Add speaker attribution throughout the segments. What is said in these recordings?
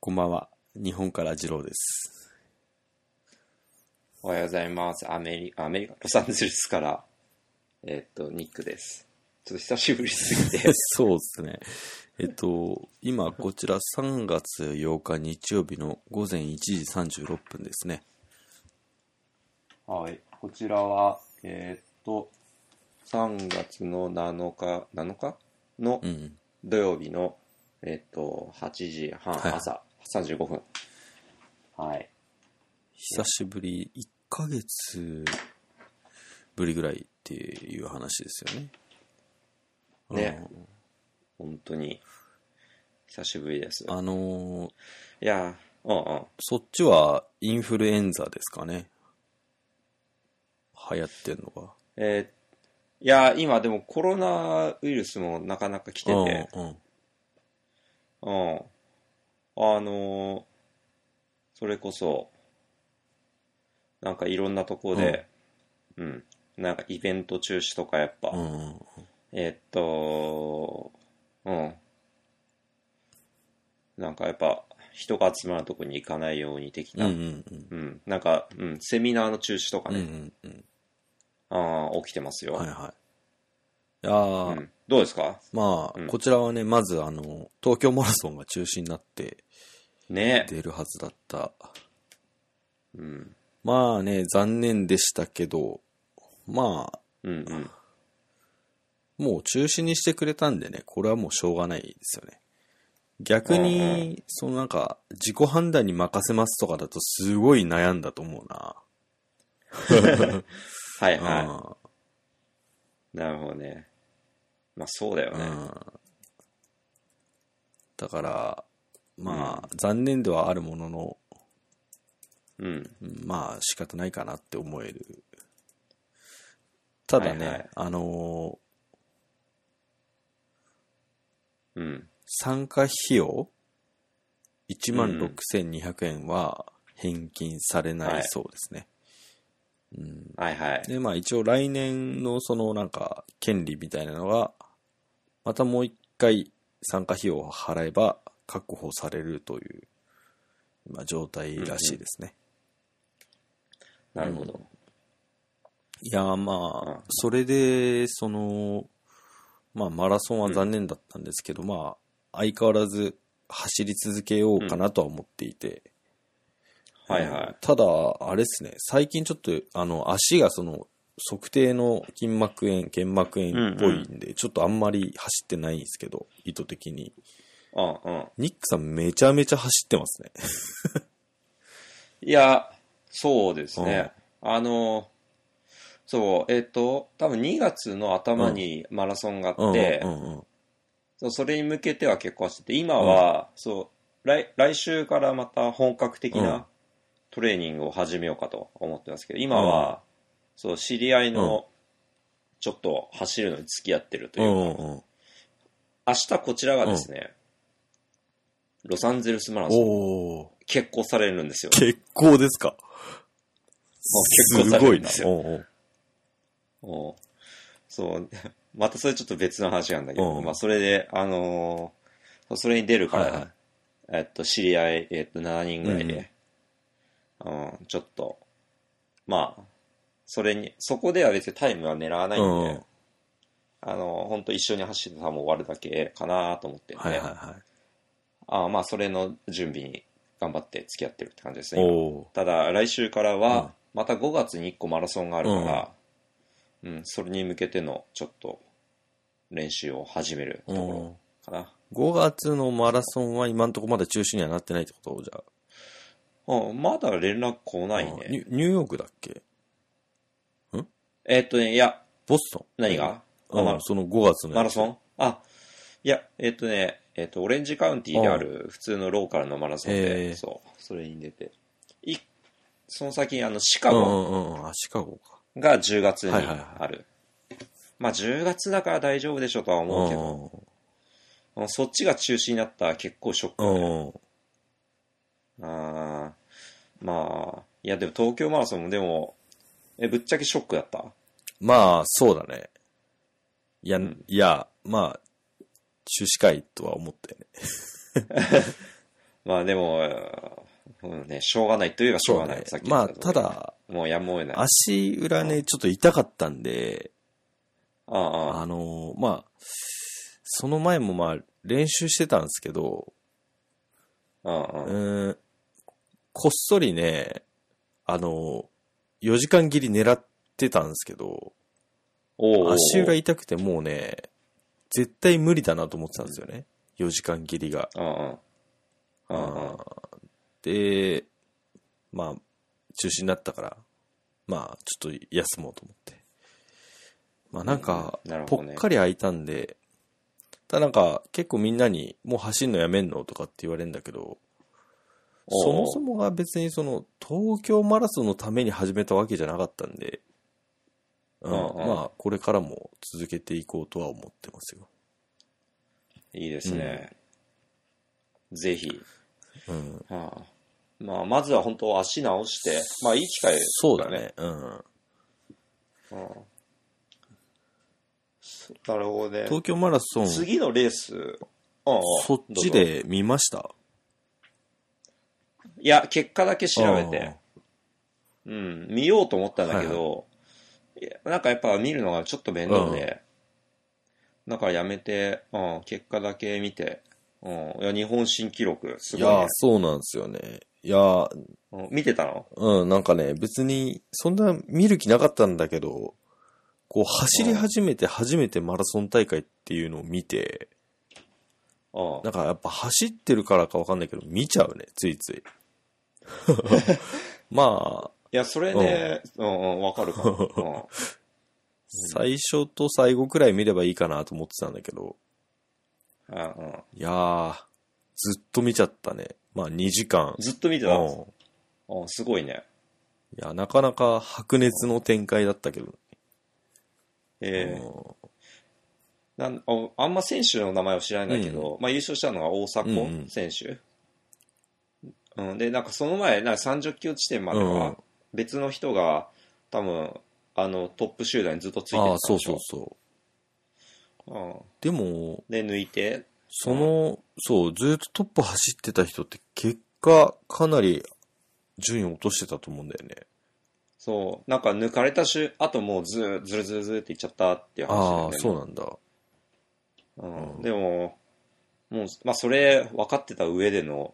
Speaker 1: こんばんは。日本から二郎です。
Speaker 2: おはようございます。アメリカ、アメリカ、ロサンゼルスから、えっと、ニックです。ちょっと久しぶりすぎて。
Speaker 1: そうですね。えっと、今こちら3月8日日曜日の午前1時36分ですね。
Speaker 2: はい。こちらは、えっと、3月の7日、7日の
Speaker 1: うん。
Speaker 2: 土曜日の、えっと、8時半、
Speaker 1: はい
Speaker 2: 朝、35分。はい。
Speaker 1: 久しぶり、1ヶ月ぶりぐらいっていう話ですよね。
Speaker 2: ね本当に、久しぶりです。
Speaker 1: うん。あのー
Speaker 2: いやー、うんうん。
Speaker 1: そっちはインフルエンザですかね。流行ってんのが。
Speaker 2: えーいやー、今でもコロナウイルスもなかなか来てて、
Speaker 1: うんうん。
Speaker 2: うん。あのーそれこそ、なんかいろんなとこで、うん、なんかイベント中止とかやっぱ、
Speaker 1: うんうんうん
Speaker 2: えーっと、うん。なんかやっぱ、人が集まるとこに行かないように的
Speaker 1: う
Speaker 2: な、
Speaker 1: んう
Speaker 2: うん
Speaker 1: うん。
Speaker 2: なんか、うん、セミナーの中止とか
Speaker 1: うんう
Speaker 2: ね、
Speaker 1: んうん。
Speaker 2: ああ、起きてますよ。
Speaker 1: はいはい。いやー
Speaker 2: うん、どうですか
Speaker 1: まあ、
Speaker 2: うん
Speaker 1: こちらはね、まずあの、東京マラソンが中止になって
Speaker 2: ね
Speaker 1: 出るはずだった。
Speaker 2: うん、
Speaker 1: まあね、残念でしたけど、まあ、
Speaker 2: うん、うん。
Speaker 1: もう中止にしてくれたんでね、これはもうしょうがないですよね。逆
Speaker 2: うん
Speaker 1: に、そのなんか、自己判断に任せますとかだとすごい悩んだと思うな。
Speaker 2: はいは
Speaker 1: あ
Speaker 2: い。なるほどね。まあそうだよ
Speaker 1: あ
Speaker 2: ね。
Speaker 1: うんだから、まあ、残念ではあるものの、
Speaker 2: うん。
Speaker 1: まあ仕方ないかなって思える。ただね、
Speaker 2: はいはい
Speaker 1: あのー
Speaker 2: うん。
Speaker 1: 参加費用1
Speaker 2: う
Speaker 1: 万
Speaker 2: ん
Speaker 1: 6200円は返金されないそうですね。うん、
Speaker 2: はいはい。
Speaker 1: で、まあ一応来年のそのなんか権利みたいなのが、またもう一回参加費用を払えば確保されるという、まあ、状態らしいですね。
Speaker 2: なるほど。
Speaker 1: いやー
Speaker 2: うん
Speaker 1: まあ、それで、その、まあマラソンは残念だったんですけど、まあ、相変わらず走り続けようかなとは思っていて。
Speaker 2: はいはい。
Speaker 1: ただ、あれですね、最近ちょっと、あの、足がその、測定の筋膜炎、腱膜炎っぽいんで、ちょっとあんまり走ってないんですけど、意図的に。
Speaker 2: うんうん。
Speaker 1: ニックさんめちゃめちゃ走ってますね。
Speaker 2: いや、そうですね。あの、そう、えっ、と、多分2月の頭にマラソンがあって、
Speaker 1: うんうんうん。
Speaker 2: そうそれに向けては結構走ってて、今は、そう来、来週からまた本格的
Speaker 1: うん
Speaker 2: なトレーニングを始めようかと思ってますけど、今は、そう、知り合いの、ちょっと走るのに付き合ってると
Speaker 1: う
Speaker 2: いうんか、
Speaker 1: うんうん。
Speaker 2: 明日こちらがですね、ロサンゼルスマラソン、
Speaker 1: おー、
Speaker 2: 結構されるんですよ。
Speaker 1: 結構ですか。
Speaker 2: う結構されるんですす
Speaker 1: ご
Speaker 2: よ
Speaker 1: いな。うんうん
Speaker 2: おそう、 またそれちょっと別の話なんだけど、
Speaker 1: うん
Speaker 2: まあそれで、あのーそれに出るから、
Speaker 1: はいはい
Speaker 2: えっと、知り合い、えっと、7人ぐらいで、うん、ちょっと、まあ、それに、そこでは別にタイムは狙わないんで、
Speaker 1: うん
Speaker 2: あのー、本当一緒に走ってたも終わるだけかなと思ってて、
Speaker 1: はいはいは
Speaker 2: あーまあそれの準備に頑張って付き合ってるって感じです
Speaker 1: い。
Speaker 2: ね。今
Speaker 1: おー。
Speaker 2: ただ来週から
Speaker 1: うん
Speaker 2: はまた5月に1個マラソンがあるから、うんそれに向けてのちょっと練習を始めるところかな、
Speaker 1: 5月のマラソンは今のところまだ中止にはなってないってことじゃあ
Speaker 2: うん、まだ連絡来ない
Speaker 1: あ
Speaker 2: ね
Speaker 1: ニュニューヨークだっけ
Speaker 2: えーっとねいや
Speaker 1: ボストン
Speaker 2: 何が、
Speaker 1: うん、
Speaker 2: あ
Speaker 1: その5月の
Speaker 2: マラソ
Speaker 1: ン
Speaker 2: ンあいやえーっとねえーっとオレンジカウンティーである普通のローカルのマラソンで、
Speaker 1: へー
Speaker 2: そうそれに出ていその先にあのシカ
Speaker 1: うん
Speaker 2: ゴ
Speaker 1: うんうん。あ、シカゴか。
Speaker 2: が10月にあ
Speaker 1: はい
Speaker 2: る、
Speaker 1: はいは
Speaker 2: まあ10月だから大丈夫でしょうとは思うけど、うんそっちが中止になったら結構ショック
Speaker 1: う
Speaker 2: だ
Speaker 1: ん。
Speaker 2: ね。
Speaker 1: うん。
Speaker 2: あーまあ、いやでも東京マラソンもでも、え、ぶっちゃけショックだった。
Speaker 1: まあ、そうだね。いや、
Speaker 2: ん
Speaker 1: いや、まあ、中止会とは思ったよね。
Speaker 2: まあでも、うんね、しょうがないといえばしょうがない。さっき言
Speaker 1: まあ、
Speaker 2: っ通り
Speaker 1: た、だ、
Speaker 2: もうやむを得ない。あ
Speaker 1: 足裏ね、ちょっと痛かったんで、
Speaker 2: あああ、
Speaker 1: あのーまあ、その前もまあ、練習してたんですけど、
Speaker 2: ああ、あ
Speaker 1: うーん、こっそりね、あのー、4時間切り狙ってたんですけど、
Speaker 2: おうおうおう
Speaker 1: 足裏痛くてもうね、絶対無理だなと思ってたんですよね。4時間切りが。
Speaker 2: ああ、ああ、ああ
Speaker 1: で、まあ、中止になったから、まあ、ちょっと休もうと思って。まあなんか
Speaker 2: うんなる、
Speaker 1: ぽ
Speaker 2: ほどね
Speaker 1: っかり空いたんで、ただなんか、結構みんなに、もう走んのやめんのとかって言われるんだけど、
Speaker 2: おう
Speaker 1: そもそもが別にその、東京マラソンのために始めたわけじゃなかったんで、うん、
Speaker 2: うんうん
Speaker 1: まあ、これからも続けていこうとは思ってますよ。
Speaker 2: いいですね。ぜひ。
Speaker 1: うん。
Speaker 2: ああまあ、まずは本当足直して、まあいい機会だね。
Speaker 1: そうだね。うん。
Speaker 2: うん。なるほどね。
Speaker 1: 東京マラソン、
Speaker 2: 次のレース、ああ
Speaker 1: そっち。
Speaker 2: どうぞ
Speaker 1: で見ました
Speaker 2: いや、結果だけ調べて、うん、見ようと思ったんだけど、いやなんかやっぱ見るのがちょっと面倒で、だからやめて、うん、結果だけ見て、うん、いや、日本新記録、す
Speaker 1: い
Speaker 2: ごいね、
Speaker 1: やー、そうなんですよね。いやー、
Speaker 2: うん見てたの
Speaker 1: うん、なんかね、別に、そんな見る気なかったんだけど、こう、走り始めて初めてマラソン大会っていうのを見て、
Speaker 2: う
Speaker 1: なんかやっぱ走ってるからかわかんないけど、見ちゃうね、ついつい。 まあ、
Speaker 2: ん。いや、それね、うん、うん、わかるかも。
Speaker 1: 最初と最後くらい見ればいいかなと思ってたんだけど、
Speaker 2: うん、うんうん
Speaker 1: いやー、ずっと見ちゃったね。まあ2時間。
Speaker 2: ずっと見て
Speaker 1: う
Speaker 2: た
Speaker 1: ん。
Speaker 2: の。うん、すごいね。
Speaker 1: いや、なかなか白熱の展開だったけど。
Speaker 2: えー
Speaker 1: うん
Speaker 2: なんああんま選手の名前を知らないんだけど、まあ、優勝したのが大
Speaker 1: うんう
Speaker 2: 迫
Speaker 1: ん
Speaker 2: 選手、うんでなんかその前なんか30キロ地点まで
Speaker 1: うんうん
Speaker 2: は別の人が多分あのトップ集団にずっとついて
Speaker 1: あ
Speaker 2: た
Speaker 1: あ、
Speaker 2: んでし
Speaker 1: そ
Speaker 2: ょ
Speaker 1: うそうそう。
Speaker 2: うん、
Speaker 1: でも、
Speaker 2: で抜いて
Speaker 1: その、そう、ずっとトップ走ってた人って結果、かなり順位落としてたと思うんだよね。
Speaker 2: そうなんか抜かれたしあともうずずるずるずるっていっちゃったっていう話だ
Speaker 1: あ
Speaker 2: よ
Speaker 1: あ、
Speaker 2: ね
Speaker 1: そうなんだ。
Speaker 2: うん
Speaker 1: うん
Speaker 2: でももう、まあ、それ分かってた上での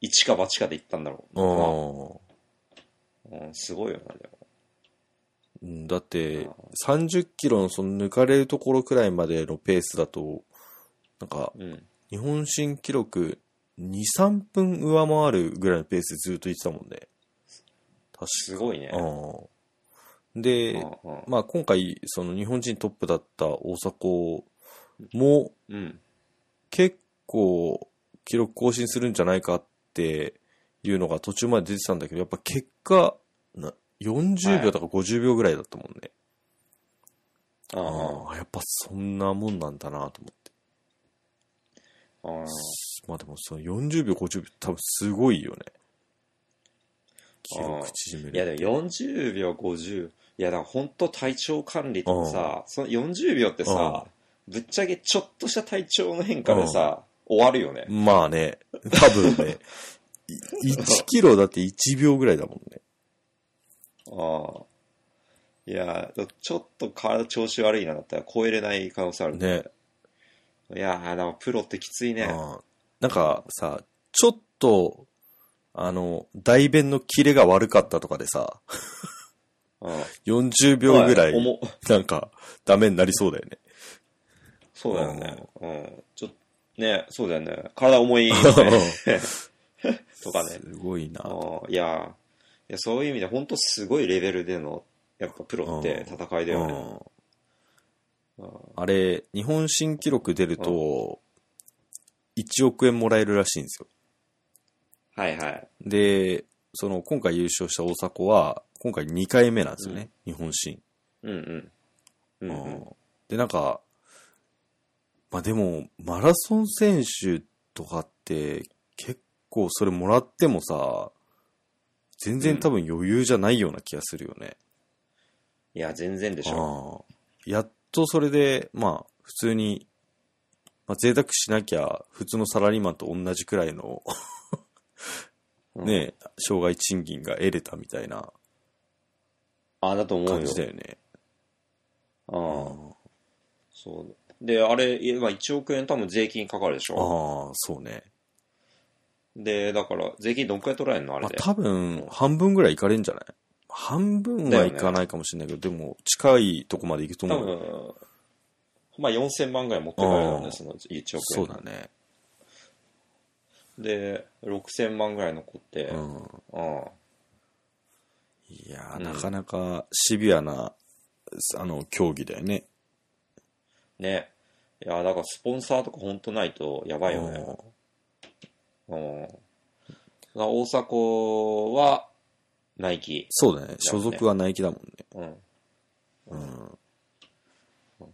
Speaker 2: 一か八かでいったんだろう
Speaker 1: ああ
Speaker 2: な、うん、すごいよなでも
Speaker 1: うん。だって
Speaker 2: あ、
Speaker 1: 30キロのその抜かれるところくらいまでのペースだと、なんか、
Speaker 2: うん
Speaker 1: 日本新記録2、3分上回るぐらいのペースでずっと行ってたもんね。確か
Speaker 2: すごいね
Speaker 1: うん。で、
Speaker 2: うんうん
Speaker 1: まあ今回、その日本人トップだった大迫も
Speaker 2: うん
Speaker 1: 結構記録更新するんじゃないかっていうのが途中まで出てたんだけど、やっぱ結果、な40秒とか50秒ぐらいだったもんね。
Speaker 2: ああ
Speaker 1: ああ、やっぱそんなもんなんだなと思って。
Speaker 2: ああ
Speaker 1: まあでもその40秒、50秒多分すごいよね。記録縮め
Speaker 2: いやで
Speaker 1: る。
Speaker 2: も40秒50いやだから本当体調管理とかさその40秒ってさぶっちゃけちょっとした体調の変化でさ終わるよね
Speaker 1: まあね、多分 ね、い1キロだって1秒ぐらいだもんね。
Speaker 2: ああいやちょっと体調子悪いなだったら超えれない可能性ある
Speaker 1: ね
Speaker 2: いやーでもプロってきついね
Speaker 1: うんなんかさ、ちょっと、あの、代弁のキレが悪かったとかでさ、
Speaker 2: うん
Speaker 1: 40秒ぐら
Speaker 2: まあ
Speaker 1: い、
Speaker 2: 重
Speaker 1: なんか、ダメになりそうだよね。
Speaker 2: そうだよねうんちょっとねそうだよね体重いよ ねとかね
Speaker 1: すごいな。
Speaker 2: ああいやいやそういう意味で本当すごいレベルでのやっぱプロって戦いだよね
Speaker 1: うん
Speaker 2: うん
Speaker 1: あれ、日本新記録出ると、1億円もらえるらしいんですよ。
Speaker 2: はいはい
Speaker 1: で、その、今回優勝した大迫は、今回2回目なんですよね、日本新。
Speaker 2: うんうんうんうん
Speaker 1: で、なんか、まあでも、マラソン選手とかって、結構それもらってもさ、全然多分余裕じゃないような気がするよね。
Speaker 2: いや全然でしょ
Speaker 1: ああやっとそれで、まあ、普通に、まあ、贅沢しなきゃ、普通のサラリーマンと同じくらいの
Speaker 2: うん
Speaker 1: ね、障害賃金が得れたみたいな
Speaker 2: あ、だと思う
Speaker 1: 感
Speaker 2: よ
Speaker 1: じ。だよね。
Speaker 2: う。
Speaker 1: うんん
Speaker 2: そう。で、あれ、今1億円多分税金かかるでしょ。
Speaker 1: ああ、そうね。
Speaker 2: で、だから、税金どんくらい取られるのあ
Speaker 1: ま
Speaker 2: れ
Speaker 1: あ
Speaker 2: で。
Speaker 1: 多分、半分ぐらいいかれんじゃない半分はいかないかもしれないけど、でも、近いとこまで行くと
Speaker 2: 多
Speaker 1: 思うよ。
Speaker 2: 分、まあ4000万ぐらい持って帰れるんで、その1億
Speaker 1: そ
Speaker 2: 円。
Speaker 1: うだね。
Speaker 2: で、6000万ぐらい残って、
Speaker 1: う
Speaker 2: うん。
Speaker 1: ん。
Speaker 2: あ
Speaker 1: いやー、
Speaker 2: うん
Speaker 1: なかなかシビアな、あの、競技だよね。
Speaker 2: ね。いや、だからスポンサーとかほんとないとやばいよね。うん。だから大迫は、ナイキ。
Speaker 1: そうだね。所属はナイキだもんね。
Speaker 2: うん。
Speaker 1: うん。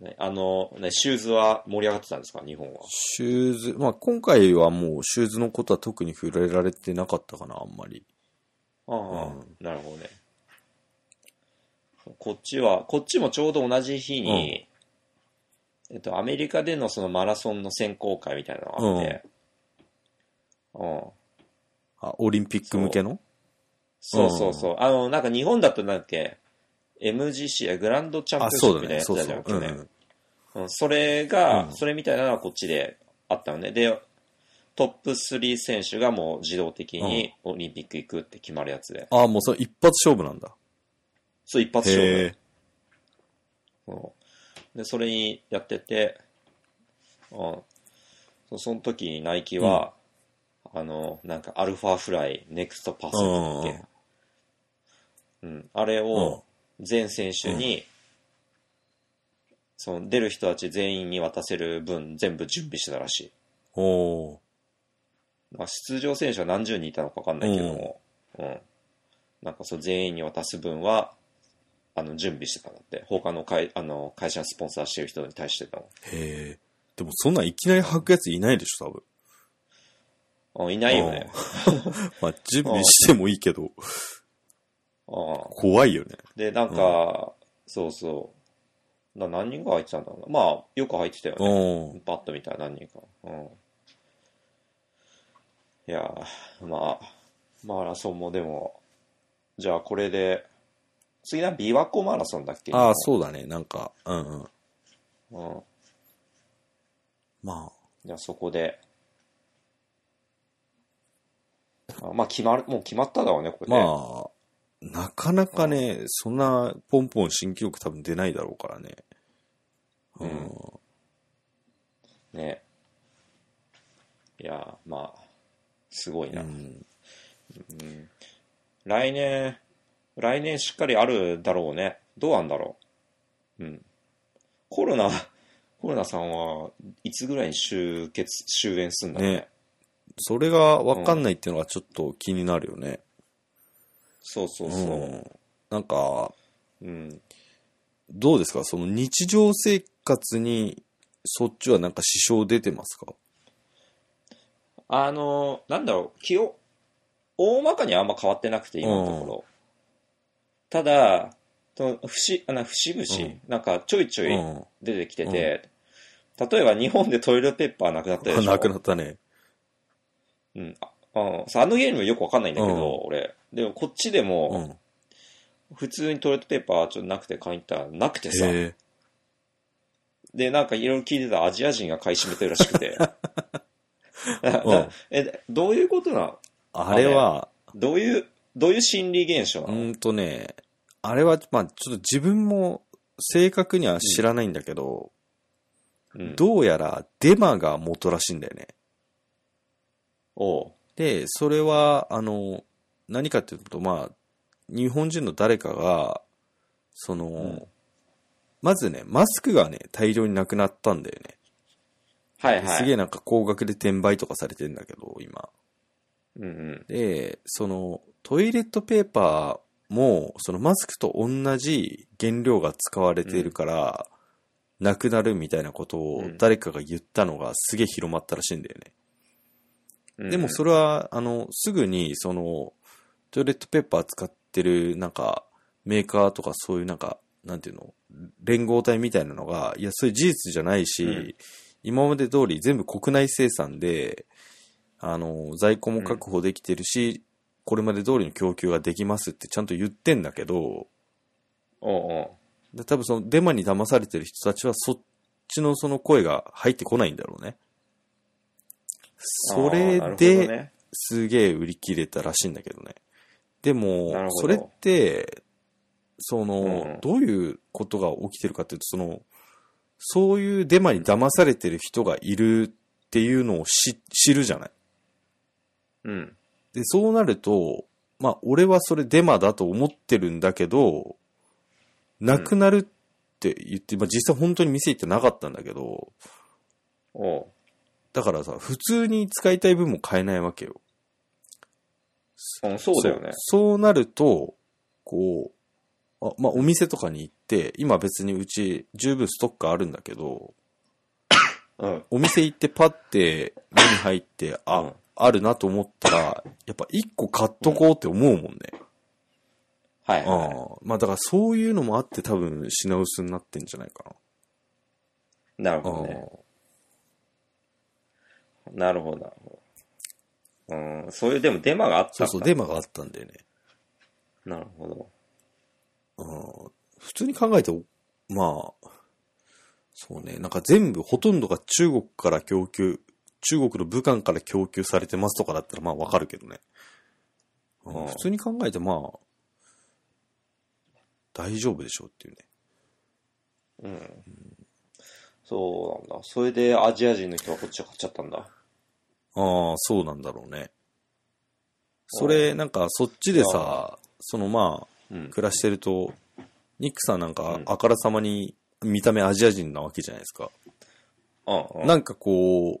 Speaker 2: ねあの、ね、シューズは盛り上がってたんですか、日本は。
Speaker 1: シューズ、まあ、今回はもう、シューズのことは特に触れられてなかったかな、あんまり。
Speaker 2: ああ、
Speaker 1: う
Speaker 2: なるほどね。こっちは、こっちもちょうど同じ日に、えっと、アメリカでのそのマラソンの選考会みたいなのがあって、うん。
Speaker 1: あ、オリンピック向けの
Speaker 2: そうそうそう。あの、なんか日本だとなんだっけ、MGC、えグランドチャン
Speaker 1: あ、
Speaker 2: ピオンシ
Speaker 1: そ
Speaker 2: ッ
Speaker 1: う
Speaker 2: プみ
Speaker 1: だね。
Speaker 2: たいなやつ
Speaker 1: そう
Speaker 2: だ
Speaker 1: そ
Speaker 2: じゃ
Speaker 1: う。
Speaker 2: ん、
Speaker 1: う
Speaker 2: 去年。
Speaker 1: ん。
Speaker 2: うん、それが、
Speaker 1: うん
Speaker 2: それみたいなのはこっちであったのね。で、トップ3選手がもう自動的にオリンピック行くって決まるやつで。
Speaker 1: あ、もうそれ一発勝負なんだ。
Speaker 2: そう、一発勝負
Speaker 1: へ。
Speaker 2: そうで、それにやってて、うん、そその時にナイキは、あの、なんかアルファフライ、ネクストパスだっけ、うんあれを全選手に、その出る人たち全員に渡せる分全部準備してたらしい。
Speaker 1: え。おー。
Speaker 2: まあ、出場選手は何十人いたのか分かんないけども、うんなんかそう全員に渡す分はあの準備してたんだって他の会あの会社のスポンサーしてる人に対しての、
Speaker 1: へえ。でもそんなんいきなり履くやついないでしょ、多分。
Speaker 2: うん、いないよね、
Speaker 1: まあ、準備してもいいけど、
Speaker 2: う
Speaker 1: 怖いよね。
Speaker 2: ん、でなんか、そうそうな何人が入ってたんだろうなまあよく入ってたよね
Speaker 1: うん。
Speaker 2: パッと見たら何人か、うん、いやーまあマラソンもでもじゃあこれで次は琵琶湖マラソンだっけ
Speaker 1: ああ、そうだね。なんか、うんうん。
Speaker 2: う、うん
Speaker 1: ま
Speaker 2: じゃあそこで。あまあ決まる、もう決まっただろうね、こ
Speaker 1: あ、
Speaker 2: れね。
Speaker 1: まあ、なかなかね、そんなポンポン新記録多分出ないだろうからね。うん。
Speaker 2: うんね。いやー、まあ、すごいな、
Speaker 1: うん
Speaker 2: うん来年、来年しっかりあるだろうね。どうなんだろう。うん。コロナ、 コロナさんはいつぐらいに終結、終焉すんだろうね。
Speaker 1: ねそれがわかんないっていうのがちょっと気になるよね。
Speaker 2: そうそう
Speaker 1: う
Speaker 2: そ
Speaker 1: ん。なんか、
Speaker 2: う。うん。
Speaker 1: どうですかその日常生活に、そっちはなんか支障出てますか
Speaker 2: あのーなんだろう、気を、大まかにはあんま変わってなくて、今のところ。ただ、その節、あな節々、
Speaker 1: うん
Speaker 2: なんかちょいちょい
Speaker 1: ん。
Speaker 2: 出てきてて、例えば日本でトイレットペッパーなくなったでし ょ。
Speaker 1: なくなったね。
Speaker 2: うん。ああそうあのゲームよくわかんないんだけど、俺。でもこっちで
Speaker 1: う
Speaker 2: も、
Speaker 1: ん。
Speaker 2: 普通にトイレットペッパーちょっとなくて買いに行ったらなくてさ。
Speaker 1: へえ。
Speaker 2: で、なんかいろいろ聞いてたアジア人が買い占めてるらし くて。な
Speaker 1: うん
Speaker 2: え、どういうことなの
Speaker 1: あれは、
Speaker 2: どういう、どういう心理現象な
Speaker 1: う
Speaker 2: の、
Speaker 1: ーんとね、あれは、まあちょっと自分も正確には知らないんだけど、
Speaker 2: うん
Speaker 1: どうやらデマが元らしいんだよね。
Speaker 2: おう。
Speaker 1: で、それは、あの、何かっていうと、まあ日本人の誰かが、その、
Speaker 2: ん
Speaker 1: まずね、マスクがね、大量になくなったんだよね。
Speaker 2: はいはい。
Speaker 1: すげえなんか高額で転売とかされてんだけど、今。
Speaker 2: うんうん。
Speaker 1: で、そのトイレットペーパーも、そのマスクと同じ原料が使われているから、なくなるみたいなことを
Speaker 2: うん
Speaker 1: 誰かが言ったのがすげえ広まったらしいんだよね。
Speaker 2: うんうん
Speaker 1: でもそれは、あの、すぐにそのトイレットペーパー使ってるなんかメーカーとかそういうなんか、なんていうの、連合体みたいなのが、いや、そういう事実じゃないし、
Speaker 2: うん
Speaker 1: 今まで通り全部国内生産で、あの、在庫も確保できてるし、これまで通りの供給ができますってちゃんと言ってんだけど、
Speaker 2: おうおう
Speaker 1: で多分そのデマに騙されてる人たちはそっちのその声が入ってこないんだろうね。それ
Speaker 2: あーなるほど
Speaker 1: で、
Speaker 2: ね
Speaker 1: すげえ売り切れたらしいんだけどね。で
Speaker 2: な
Speaker 1: も
Speaker 2: る、ほ
Speaker 1: そ
Speaker 2: ど
Speaker 1: れって、その、
Speaker 2: うん
Speaker 1: どういうことが起きてるかっていうと、その、そういうデマに騙されてる人がいるっていうのを知知るじゃない。
Speaker 2: うん。
Speaker 1: で、そうなると、まあ、俺はそれデマだと思ってるんだけど、なくなるって言って、まあ実際本当に店行ってなかったんだけど、
Speaker 2: おう
Speaker 1: だからさ、普通に使いたい分も買えないわけよ。
Speaker 2: うんそうだよね。
Speaker 1: そうそうなると、こう、あまあ、お店とかに行って、今別にうち十分ストックあるんだけど、
Speaker 2: うん。
Speaker 1: お店行ってパッて目に入って、あ、
Speaker 2: うん
Speaker 1: あるなと思ったら、やっぱ一個買っとこうって思うもんね。
Speaker 2: はいはいはい、
Speaker 1: ああまあだからそういうのもあって多分品薄になってんじゃないか
Speaker 2: なる
Speaker 1: な。
Speaker 2: ほどね。なるほど、なるほど。うん、そういう、でもデマがあっ
Speaker 1: そ
Speaker 2: た
Speaker 1: うんそう、
Speaker 2: だ
Speaker 1: デマがあったんだよね。
Speaker 2: なるほど。
Speaker 1: うん普通に考えて、まあ、そうね、なんか全部、ほとんどが中国から供給、中国の武漢から供給されてますとかだったらまあわかるけどね。うん
Speaker 2: うん
Speaker 1: 普通に考えてまあ、大丈夫でしょうっていうね。
Speaker 2: うん。そうなんだ。それでアジア人の人はこっちを買っちゃったんだ。
Speaker 1: ああ、そうなんだろうね。それ、なんかそっちでさ、そのまあ、
Speaker 2: うん。
Speaker 1: 暮らしてると、ニックさんなんか
Speaker 2: うん
Speaker 1: あからさまに見た目アジア人なわけじゃないですか。
Speaker 2: うん、うん。
Speaker 1: なんかこう、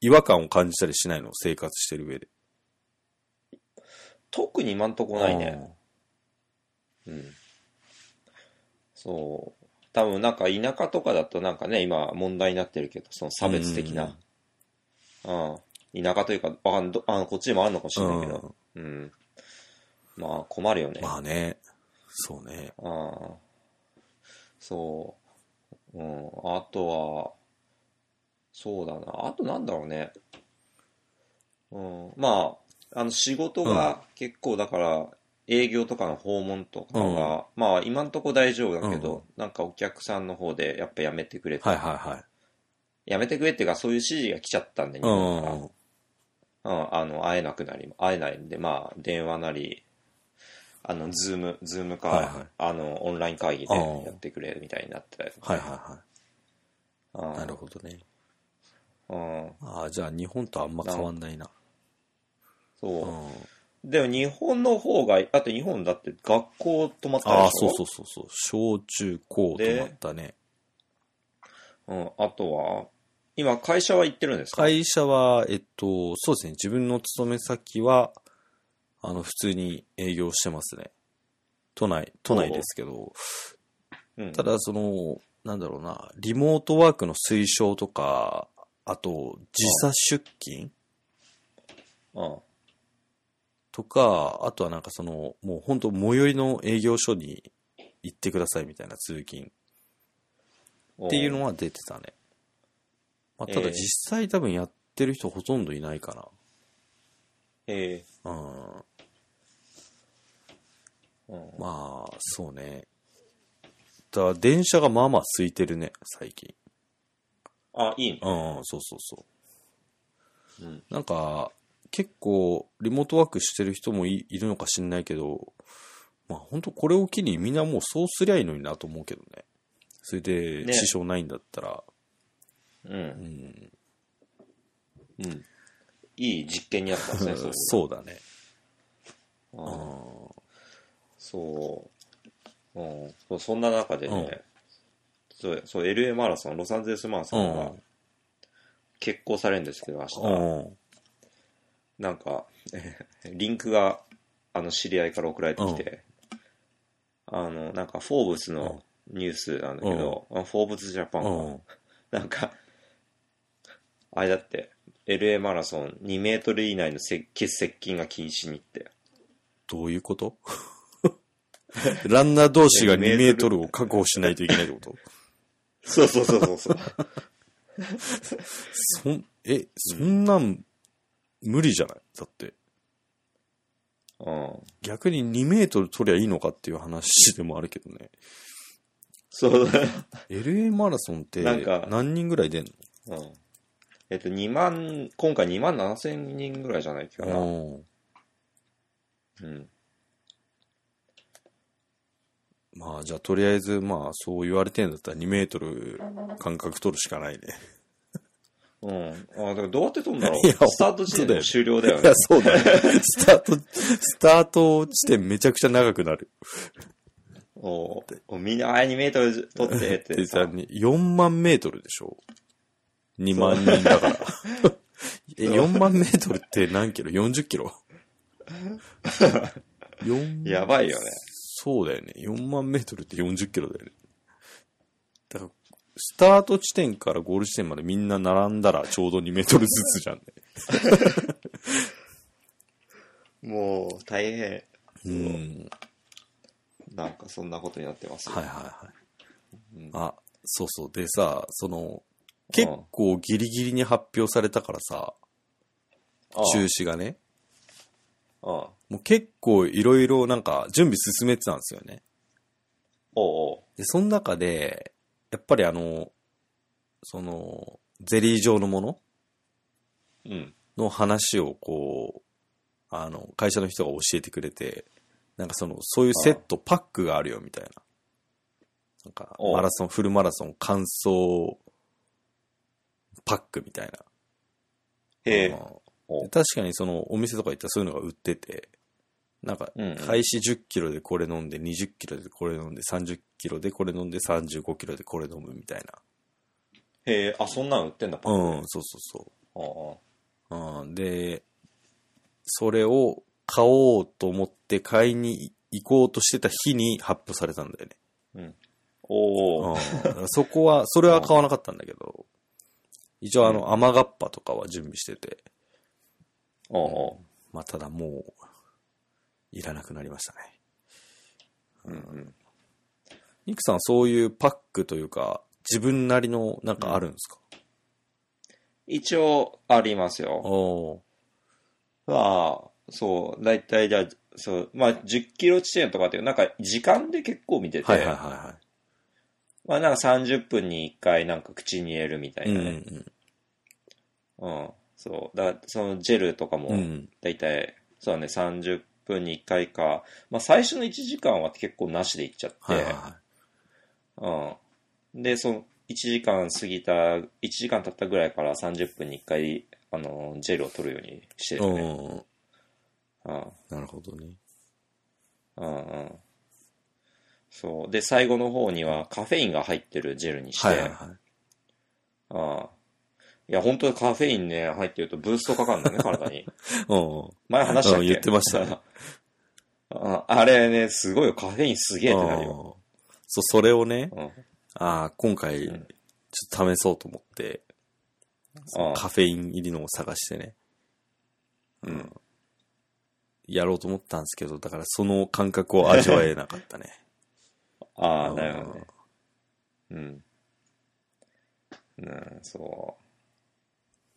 Speaker 1: 違和感を感じたりしないの生活してる上で。
Speaker 2: 特に今んとこないね。うん。そう。多分なんか田舎とかだとなんかね、今問題になってるけど、その差別的な。うん。田舎というか、わかんどあのこっちにもあるのかもし
Speaker 1: う。
Speaker 2: れなんいけど。うん。まあ困るよね。
Speaker 1: まあね。そうね。
Speaker 2: ああ、そう。うん、あとは、そうだな。あとなんだろうね。うん、まあ、あの仕事が結構だから、営業とかの訪問とかが、まあ今んとこ大丈夫だけど、なんかお客さんの方でやっぱやめてくれ
Speaker 1: はい
Speaker 2: て、
Speaker 1: はいはい。
Speaker 2: やめてくれっていうかそういう指示が来ちゃったんで、日
Speaker 1: う
Speaker 2: 本から
Speaker 1: ん。
Speaker 2: うん、あの、会えなくなり、会えないんで、まあ、電話なり、あの、ズーム、ズームか、
Speaker 1: はいはい
Speaker 2: あの、オンライン会議で
Speaker 1: ああ
Speaker 2: やってくれるみたいになってたりとか
Speaker 1: はいはいはい。
Speaker 2: ああ
Speaker 1: なるほどね。
Speaker 2: うん、
Speaker 1: ああ、じゃあ日本とあんま変わんないな。う
Speaker 2: そ
Speaker 1: ん。
Speaker 2: う。でも日本の方が、あと日本だって学校止まった
Speaker 1: ああ、
Speaker 2: でし
Speaker 1: そ
Speaker 2: ょ
Speaker 1: うそうそうそう。小中高となったね。
Speaker 2: うん、あとは、今会社は行ってるんですか
Speaker 1: 会社は、えっと、そうですね。自分の勤め先は、あの、普通に営業してますね。都内、都内ですけど、
Speaker 2: うん、
Speaker 1: ただその、なんだろうな、リモートワークの推奨とか、あと、時差出勤
Speaker 2: うん、
Speaker 1: とか、あとはなんかその、もう本当最寄りの営業所に行ってくださいみたいな通勤
Speaker 2: お
Speaker 1: っていうのは出てたね。まあ、ただ
Speaker 2: ええ
Speaker 1: 実際多分やってる人ほとんどいないかな。
Speaker 2: え
Speaker 1: うん。
Speaker 2: えうん
Speaker 1: まあ、そうね。だから電車がまあまあ空いてるね、最近。
Speaker 2: あ、いいね。
Speaker 1: うん、そうそうそ
Speaker 2: うん、
Speaker 1: う。なんか、結構、リモートワークしてる人もいいるのか知んないけど、まあ本当これを機にみんなもうそうすりゃいいのになと思うけどね。それで、
Speaker 2: ね
Speaker 1: 支障ないんだったら、
Speaker 2: う、
Speaker 1: うんん、
Speaker 2: うん。いい実験になったんですね、そういう の
Speaker 1: そうだね。う
Speaker 2: うん
Speaker 1: ん
Speaker 2: そう。うん。そうそんな中でね、そう、そう、LA マラソン、ロサンゼルスマラソン
Speaker 1: う
Speaker 2: が
Speaker 1: ん
Speaker 2: 結構されるんですけど、明日。
Speaker 1: うん。
Speaker 2: なんか、 リンクが、あの、知り合いから送られてきて、あの、なんか、フォーブスのニュースなんだけど、あフォーブスジャパン
Speaker 1: うん。
Speaker 2: か、なんか、あれだって、LA マラソン2メートル以内の接接近が禁止にって。
Speaker 1: どういうこと ランナー同士が2メートルを確保しないといけないってこと
Speaker 2: そうそうそうそうそう。
Speaker 1: そん、え、そんなん無理じゃないだって。
Speaker 2: うん。
Speaker 1: 逆に2メートル取りゃいいのかっていう話でもあるけどね。
Speaker 2: そう、
Speaker 1: LA マラソンって
Speaker 2: なんか
Speaker 1: 何人ぐらい出ん
Speaker 2: うん。えっと、2万、今回2万7千人ぐらいじゃないかな。うん。
Speaker 1: のうん。まあじゃあとりあえずまあそう言われてんだったら2メートル間隔取るしか ないね。
Speaker 2: うん。あ、だからどうやって飛んだろ
Speaker 1: いや
Speaker 2: うスタート時点でもう終了だよ
Speaker 1: いや
Speaker 2: ね。
Speaker 1: そうだね。 スタート、スタート地点めちゃくちゃ長くなる。
Speaker 2: おおみんな、あ、2メートル取ってっ
Speaker 1: で
Speaker 2: て
Speaker 1: さ
Speaker 2: さ。
Speaker 1: 4万メートルでしょ ?2 万人だ から。え、4万メートルって何キロ ?40 キロ四
Speaker 2: やばいよね
Speaker 1: そうだよね。4万メートルって40キロだよね。だから、スタート地点からゴール地点までみんな並んだらちょうど2メートルずつじゃんね。
Speaker 2: もう、大変。
Speaker 1: うん。
Speaker 2: なんか、そんなことになってます。
Speaker 1: はいはいはい。
Speaker 2: うん
Speaker 1: あ、そうそう。でさ、その、結構ギリギリに発表されたからさ、
Speaker 2: ああ
Speaker 1: 中止がね。
Speaker 2: ああ
Speaker 1: もう結構いろいろなんか準備進めてたんですよね。
Speaker 2: おう
Speaker 1: で、その中で、やっぱりあの、その、ゼリー状のもの
Speaker 2: おう。うん。
Speaker 1: の話をこう、あの、会社の人が教えてくれて、なんかその、そういうセット、パックがあるよみたいな。なんか、
Speaker 2: おう
Speaker 1: マラソン、フルマラソン、完走、パックみたいな。
Speaker 2: へ
Speaker 1: う
Speaker 2: え
Speaker 1: ん。
Speaker 2: お
Speaker 1: で確かにその、お店とか行ったらそういうのが売ってて、なんか、
Speaker 2: うんうん
Speaker 1: 開始10キロでこれ飲んで、20キロでこれ飲んで、30キロでこれ飲んで、35キロでこれ飲むみたい
Speaker 2: へえ、あ、そんなの売ってんだ、
Speaker 1: な。
Speaker 2: ン。
Speaker 1: うん、そうそうそう。
Speaker 2: ああ
Speaker 1: うん、で、それを買おうと思って買いに行こうとしてた日に発表されたんだよね。
Speaker 2: おお。
Speaker 1: うん、 だからそこは、それは買わなかったんだけど、一応あの、雨がっぱとかは準備してて、
Speaker 2: おお
Speaker 1: まあただもう、いらなくなりましたね。
Speaker 2: う。うんうん。
Speaker 1: ニクさんはそういうパックというか、自分なりのなんかあるんですか、
Speaker 2: 一応、ありますよ。
Speaker 1: お
Speaker 2: まあ、そう、だいたいじゃあ、そう、まあ、10キロ地点とかっていう、なんか、時間で結構見
Speaker 1: ー
Speaker 2: て
Speaker 1: はいはい
Speaker 2: て、
Speaker 1: はいは
Speaker 2: まあ、なんか30分に1回、なんか口に入れるみた
Speaker 1: い。
Speaker 2: いうなんね。うん。そう。だからそのジェルとかも
Speaker 1: うん。う、ん。
Speaker 2: だいたい、そうだね、30分に1回か、まあ、最初の1時間は結構なしでいっちゃって、
Speaker 1: はいはいは
Speaker 2: うん。で、その、1時間過ぎた、1時間経ったぐらいから30分に1回、あの、ジェルを取るようにして
Speaker 1: い。
Speaker 2: るよね。
Speaker 1: うん。
Speaker 2: うん。
Speaker 1: なるほどね。
Speaker 2: うんうん。そう。で、最後の方にはカフェインが入ってるジェルにして、
Speaker 1: はいはいはい。
Speaker 2: うん。いや、本当にカフェインね、入ってるとブーストかかるんだね、体に。
Speaker 1: うん。
Speaker 2: 前話したっ
Speaker 1: う
Speaker 2: け
Speaker 1: ん言ってましたね。
Speaker 2: ああれね、すごいよ、カフェインすげえってなるよ。
Speaker 1: あーそう、それをね、
Speaker 2: うん。
Speaker 1: ああ、今回、ち
Speaker 2: う
Speaker 1: ょっ
Speaker 2: ん
Speaker 1: と試そうと思って、その
Speaker 2: あー
Speaker 1: カフェイン入りのを探してね、
Speaker 2: うん。
Speaker 1: やろうと思ったんですけど、だからその感覚を味わえなかったね。
Speaker 2: ああ、だよね。うん。うん、そ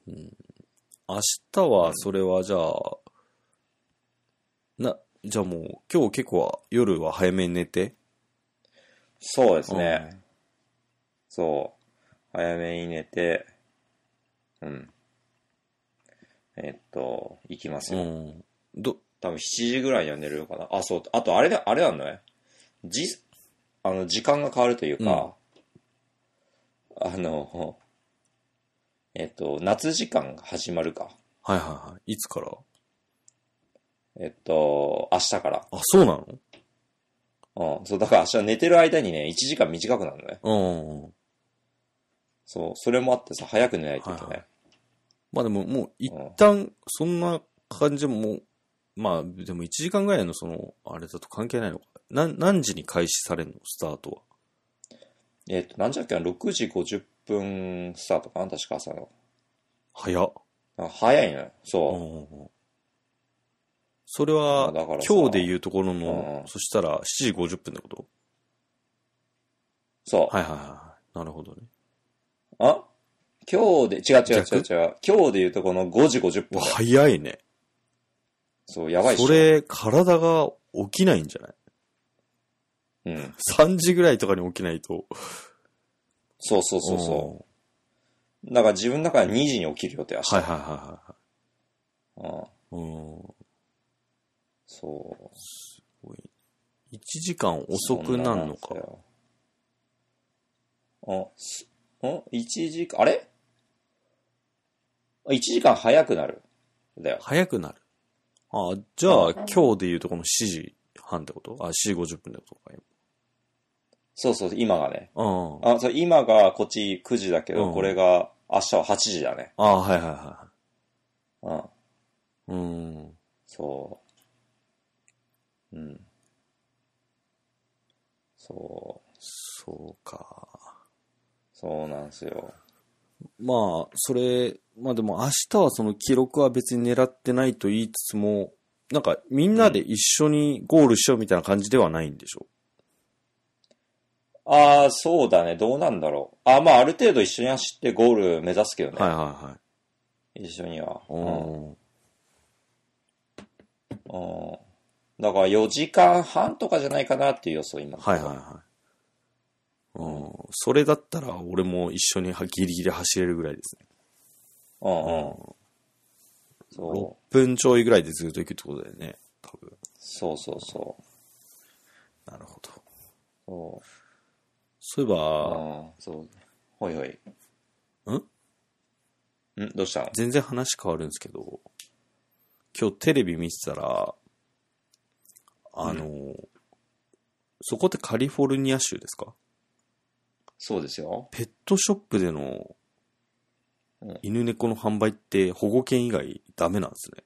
Speaker 1: 明日は、それはじゃあ、な、じゃあもう、今日結構は夜は早めに寝て、
Speaker 2: う。そうですね。そう。早めに寝て、うん。えっと、行きます
Speaker 1: う
Speaker 2: よ。
Speaker 1: ん。ど、
Speaker 2: 多分7時ぐらいには寝れるかな。あ、そう。あと、あれだ、あれなんだね。じ、あの、時間が変わるというか、あの、 えっと、夏時間が始まるか。
Speaker 1: はいはいはい。いつから
Speaker 2: えっと、明日から。
Speaker 1: あ、そうな
Speaker 2: うん。そう、だから明日寝てる間にね、1時間短くなるのね。
Speaker 1: のうん。
Speaker 2: そう、それもあってさ、早く寝ないといけ
Speaker 1: はい
Speaker 2: な。
Speaker 1: はいまあでももう一旦、そんな感じももう、まあでも1時間ぐらいのその、あれだと関係ないのか。なん何時に開始されるのスタートは。
Speaker 2: えっと、なんじゃっけな、6時50分スタートかな確か朝の。
Speaker 1: 早っ。
Speaker 2: あ早いのよ。
Speaker 1: うん
Speaker 2: そう。
Speaker 1: うんうんそれ
Speaker 2: ま
Speaker 1: は
Speaker 2: あ、だからさ
Speaker 1: 今日で言うところの
Speaker 2: う、ん
Speaker 1: そしたら7時50分ってこと
Speaker 2: そう。
Speaker 1: はいはいはい。なるほどね。
Speaker 2: あ今日で、違う違う
Speaker 1: 逆
Speaker 2: 違う違う。今日で言うとこの5時50
Speaker 1: うわ
Speaker 2: 分。
Speaker 1: 早いね。
Speaker 2: そう、やばいっしょ。
Speaker 1: それ、体が起きないんじゃない
Speaker 2: うん。
Speaker 1: ?3 時ぐらいとかに起きないと。
Speaker 2: そうそうそうそう。だから自分の中で2時に起きるよって明日。
Speaker 1: はいはいは
Speaker 2: うん。
Speaker 1: いはい。うん。
Speaker 2: そう。
Speaker 1: 1時間遅くなるの
Speaker 2: そ
Speaker 1: か
Speaker 2: ん。なもんですよ。あ、すん ?1 時間、あれ ?1 時間早くなる。だよ。
Speaker 1: 早くなる。あ、じゃあ、今日で言うとこの7時半ってことあ、7時50分ってことか、
Speaker 2: そうそう、今がね。
Speaker 1: 今。うん。
Speaker 2: あ、そう、今がこっち9時だけど、
Speaker 1: うん
Speaker 2: これが明日は8時だね。
Speaker 1: あ、はいはいは
Speaker 2: うん。
Speaker 1: い。うん。
Speaker 2: そう。うん。そう。
Speaker 1: そうか。
Speaker 2: そうなんですよ。
Speaker 1: まあ、それ、まあでも明日はその記録は別に狙ってないと言いつつも、なんかみんなで一緒にゴールしようみたいな感じではないんでしょ
Speaker 2: ああ、そうだね。どうなんだろう。ああ、まあ、ある程度一緒に走ってゴール目指すけどね。
Speaker 1: はいはいはい。
Speaker 2: 一緒には。
Speaker 1: う
Speaker 2: うん。
Speaker 1: ん。
Speaker 2: うん。だから4時間半とかじゃないかなっていう予想、今。
Speaker 1: はいはいはい。うん。それだったら俺も一緒にはギリギリ走れるぐらいですね。
Speaker 2: うん
Speaker 1: う
Speaker 2: う
Speaker 1: ん。
Speaker 2: ん。
Speaker 1: 6
Speaker 2: そう。
Speaker 1: 分ちょいぐらいでずっと行くってことだよね。多分。
Speaker 2: そうそうそ
Speaker 1: なるほど。
Speaker 2: う。そう。
Speaker 1: そういえば、
Speaker 2: ああ、そう。ほいほい。
Speaker 1: ん
Speaker 2: んどうしたの
Speaker 1: 全然話変わるんですけど、今日テレビ見てたら、あの、そこってカリフォルニア州ですか
Speaker 2: そうですよ。
Speaker 1: ペットショップでの
Speaker 2: うん
Speaker 1: 犬猫の販売って保護犬以外ダメなんですね。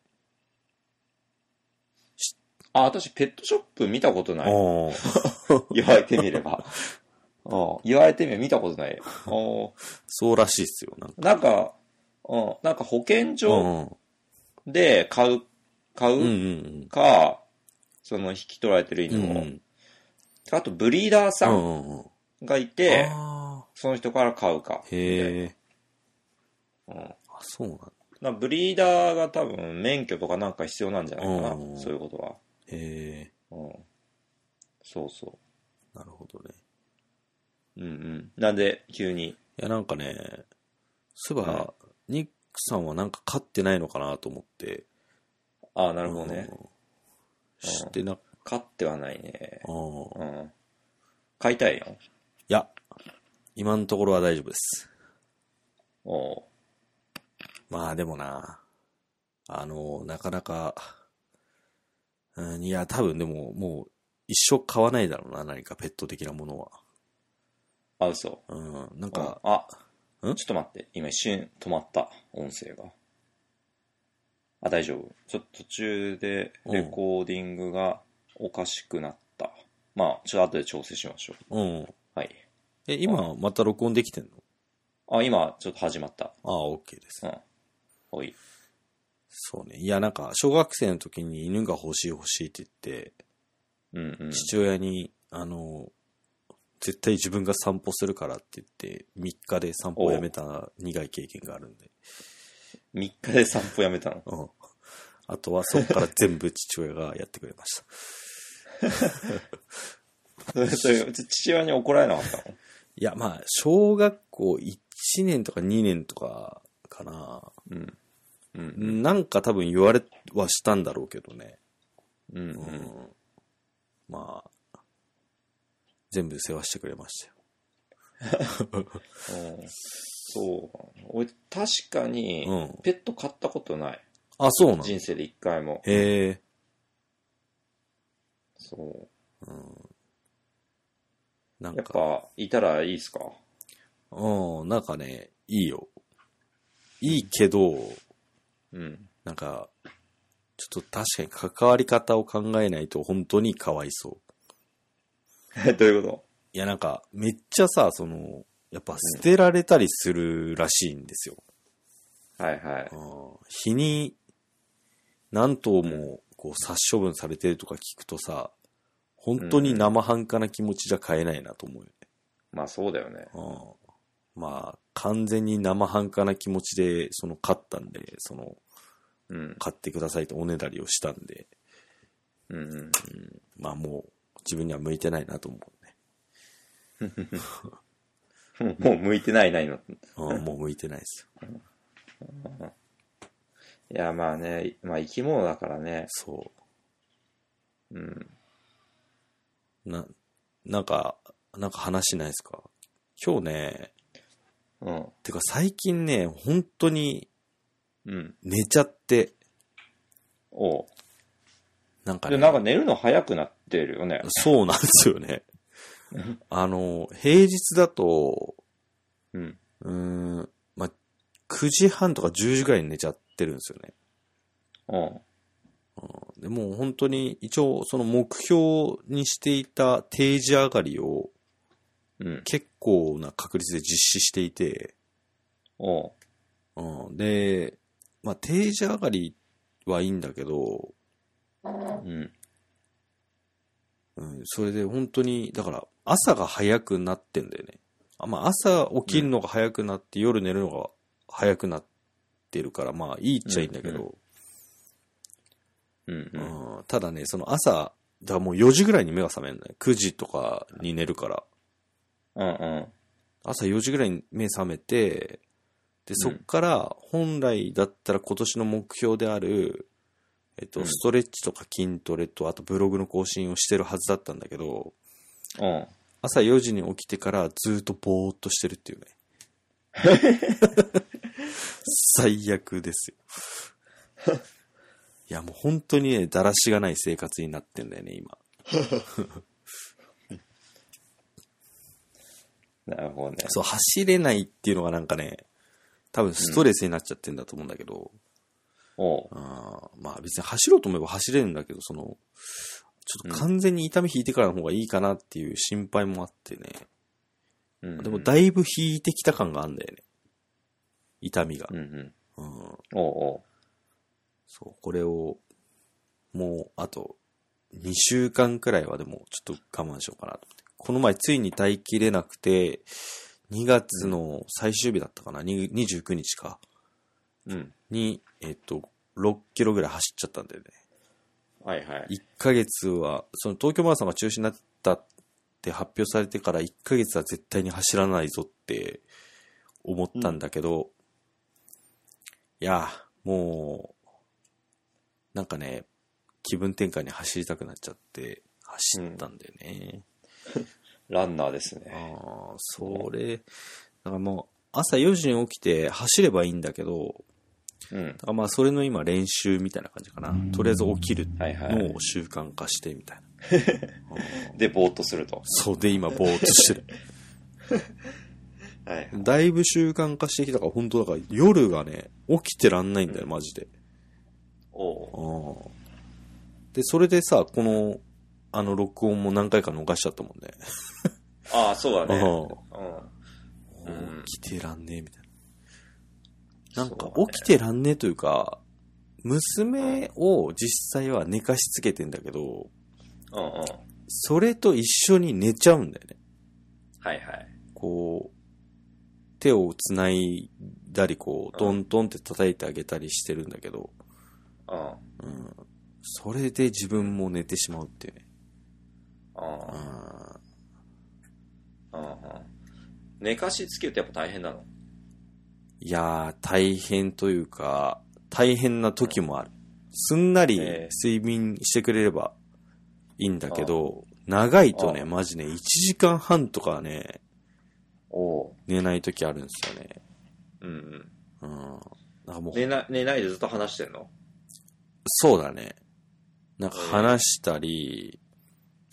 Speaker 2: あ、私、ペットショップ見たことな
Speaker 1: あ
Speaker 2: い。
Speaker 1: あ
Speaker 2: 言われてみれ ば。うん言われてみれば見たことない。うん
Speaker 1: そうらしいですよ。なんか
Speaker 2: なんか、うんなんか保
Speaker 1: う
Speaker 2: 健
Speaker 1: ん
Speaker 2: 所で買う、買
Speaker 1: うんうん
Speaker 2: う
Speaker 1: うん
Speaker 2: か、その引き取られてる
Speaker 1: うん。うん
Speaker 2: 犬
Speaker 1: う
Speaker 2: を。
Speaker 1: ん
Speaker 2: あと、ブリーダー
Speaker 1: う
Speaker 2: さん
Speaker 1: んうんうん。
Speaker 2: がいて、
Speaker 1: あ
Speaker 2: その人から買うか。
Speaker 1: ーへえ。
Speaker 2: うん
Speaker 1: あ、そうなんだ。
Speaker 2: なブリーダーが多分免許とかなんか必要なんじゃないかな、
Speaker 1: うん
Speaker 2: そういうことは。
Speaker 1: へえ。
Speaker 2: うん、そうそ
Speaker 1: なるほどね。
Speaker 2: う。うんうん。なんで、急に。
Speaker 1: いや、なんかね、そういえば、
Speaker 2: は
Speaker 1: ニックさんはなんか飼ってないのかなと思って。
Speaker 2: ああ、なるほどね
Speaker 1: う。ん。知ってな、
Speaker 2: 買ってはないね。
Speaker 1: うん。い
Speaker 2: うん。買いたいよ。
Speaker 1: や、今のところは大丈夫です。
Speaker 2: おう
Speaker 1: まあでもな、あの、なかなか、うん、いや、多分でも、もう、一生買わないだろうな、何かペット的なものは。
Speaker 2: あ、嘘。
Speaker 1: うん、なん
Speaker 2: あ
Speaker 1: か、、
Speaker 2: あ
Speaker 1: ん
Speaker 2: ちょっと待って。今一瞬止まった。音声が。あ、大丈夫。ちょっと途中でレコーディングがおかしくなった。まあ、ちょっと後で調整しましょ
Speaker 1: うん。
Speaker 2: う。はい。
Speaker 1: え、今、また録音できてんの
Speaker 2: あ、今、ちょっと始まった。
Speaker 1: ああ、OK です。
Speaker 2: うん。おい。
Speaker 1: そうね。いや、なんか、小学生の時に犬が欲しい欲しいって言って、
Speaker 2: うんうん。
Speaker 1: 父親に、あの、絶対自分が散歩するからって言って、3日で散歩をやめた苦い経験があるんで。
Speaker 2: 3日で散歩やめたの。
Speaker 1: うん。あとは、そこから全部父親がやってくれました。
Speaker 2: それ、それ父親に怒られなかったの
Speaker 1: いや、まあ、小学校1年とか2年とかかな。
Speaker 2: うん。うん。
Speaker 1: なんか多分言われはしたんだろうけどね。
Speaker 2: うん
Speaker 1: うん
Speaker 2: う。
Speaker 1: ん。まあ、全部世話してくれましたよ。
Speaker 2: うんそう。俺、確かに、
Speaker 1: うん
Speaker 2: ペット飼ったことない。
Speaker 1: あ、そうなんだ
Speaker 2: 人生で一回も。
Speaker 1: へえ。
Speaker 2: そ
Speaker 1: な
Speaker 2: う。
Speaker 1: ん
Speaker 2: やっ
Speaker 1: か、
Speaker 2: ぱ、いたらいいっすか
Speaker 1: うん、なんかね、いいよ。いいけど、
Speaker 2: うん。
Speaker 1: なんか、ちょっと確かに関わり方を考えないと本当にかわいそう。
Speaker 2: どういうこ
Speaker 1: いや、なんか、めっちゃさ、その、やっぱ捨てられたりするらしいんですよ。
Speaker 2: とはいはい。
Speaker 1: うん、日に何頭もこう殺処分されてるとか聞くとさ、本当に生半可な気持ちじゃ買えないなと思うよね。
Speaker 2: まあ、そうだよね。
Speaker 1: うんまあ、完全に生半可な気持ちで、その、買ったんで、その、
Speaker 2: うん。
Speaker 1: 買ってくださいとおねだりをしたんで、
Speaker 2: うんうん。
Speaker 1: まあもう、自分には向いてないなと思うね。
Speaker 2: うん もう向いてないないの。い
Speaker 1: うん、もう向いてないですよ。
Speaker 2: や、まあね、まあ生き物だからね。
Speaker 1: そ
Speaker 2: うん。
Speaker 1: う。な、なんか、なんか話しないですか今日ね、
Speaker 2: うん。
Speaker 1: てか最近ね、本当に
Speaker 2: うん。
Speaker 1: 寝ちゃって、
Speaker 2: おう
Speaker 1: なんか
Speaker 2: で、
Speaker 1: ね、
Speaker 2: なんか寝るの早くなってるよね。
Speaker 1: そうなんですよね。あの、平日だと、
Speaker 2: うん。
Speaker 1: うーん、まあ、9時半とか10時ぐらいに寝ちゃってるんですよね。
Speaker 2: うん。
Speaker 1: でもう本当に一応その目標にしていた定時上がりを
Speaker 2: うん。
Speaker 1: 結構な確率で実施していて、
Speaker 2: おう
Speaker 1: うん、で、まあ、定時上がりはいいんだけど、
Speaker 2: うん。
Speaker 1: うん、それで本当に、だから朝が早くなってんだよね。あまあ、朝起きるのが早くなって、夜寝るのが早くなってるから、まあいいっちゃいいんだけど、
Speaker 2: うん。
Speaker 1: う
Speaker 2: うん。
Speaker 1: んただね、その朝、だからもう4時ぐらいに目が覚めるんだよ。9時とかに寝るから。
Speaker 2: うん。
Speaker 1: 朝4時ぐらいに目覚めて、で、そっから本来だったら今年の目標である、えっ
Speaker 2: う
Speaker 1: と、
Speaker 2: ん
Speaker 1: ストレッチとか筋トレと、あとブログの更新をしてるはずだったんだけど、
Speaker 2: うん。
Speaker 1: 朝4時に起きてからずっとぼーっとしてるって いうね。最悪ですよ。いや、もう本当にね、だらしがない生活になってんだよね、今。
Speaker 2: なるほどね。
Speaker 1: そう、走れないっていうのがなんかね、多分ストレスになっちゃってんだと思うんだけど、
Speaker 2: おう
Speaker 1: あーまあ別に走ろうと思えば走れるんだけど、その、ちょっと完全に痛み引いてからの方がいいかなっていう心配もあってね。
Speaker 2: うん。
Speaker 1: でもだいぶ引いてきた感があるんだよね。痛みが
Speaker 2: う。んうん。
Speaker 1: うん
Speaker 2: おうおう
Speaker 1: そう、これを、もう、あと、2週間くらいはでも、ちょっと我慢しようかなと思って。この前、ついに耐えきれなくて、2月の最終日だったかな、に29日か、
Speaker 2: うん。
Speaker 1: に、えっと、6キロぐらい走っちゃったんだよね。
Speaker 2: はいはい。
Speaker 1: 1ヶ月は、その東京マラソンが中止になったって発表されてから1ヶ月は絶対に走らないぞって思ったんだけど、いや、もう、なんかね、気分転換に走りたくなっちゃって走ったんだよね。
Speaker 2: ランナーですね。
Speaker 1: ああ、それ、だからもう朝4時に起きて走ればいいんだけど、
Speaker 2: うん
Speaker 1: だ。からまあそれの今練習みたいな感じかな。とりあえず起きる
Speaker 2: はいはい。
Speaker 1: のを習慣化してみたいな。うん
Speaker 2: で、ぼーっとすると。
Speaker 1: そうで今ぼーっとして る。
Speaker 2: はい。
Speaker 1: だいぶ習慣化してきたから、本当だから夜がね、起きてらんないんだよ、マジで。
Speaker 2: おう
Speaker 1: あーで、それでさ、この、あの録音も何回か逃しちゃったもんね。
Speaker 2: ああ、そうだね。
Speaker 1: う
Speaker 2: ううん
Speaker 1: 起きてらんねえ、みたいな。なんか
Speaker 2: そうだね、
Speaker 1: 起きてらんねえというか、娘を実際は寝かしつけてんだけど、
Speaker 2: ん。うんうん。はい
Speaker 1: それと一緒に寝ちゃうんだよね。
Speaker 2: はい。
Speaker 1: こう、手を繋いだり、こう、トントンって叩いてあげたりしてるんだけど、
Speaker 2: うん。うん。
Speaker 1: うん。それで自分も寝てしまうっていうね。あ
Speaker 2: うんうん。寝かしつけるってやっぱ大変なの
Speaker 1: いやー、大変というか、大変な時もある。すんなり
Speaker 2: ええ
Speaker 1: 睡眠してくれればいいんだけど、長いとね、
Speaker 2: あ
Speaker 1: マジね、1時間半とかね、
Speaker 2: おう。
Speaker 1: 寝ない時あるんですよね。
Speaker 2: うん
Speaker 1: う
Speaker 2: うん。
Speaker 1: ん。なんかもう、
Speaker 2: 寝な、寝ないでずっと話してんの
Speaker 1: そうだね。なんか
Speaker 2: ええ
Speaker 1: 話したり、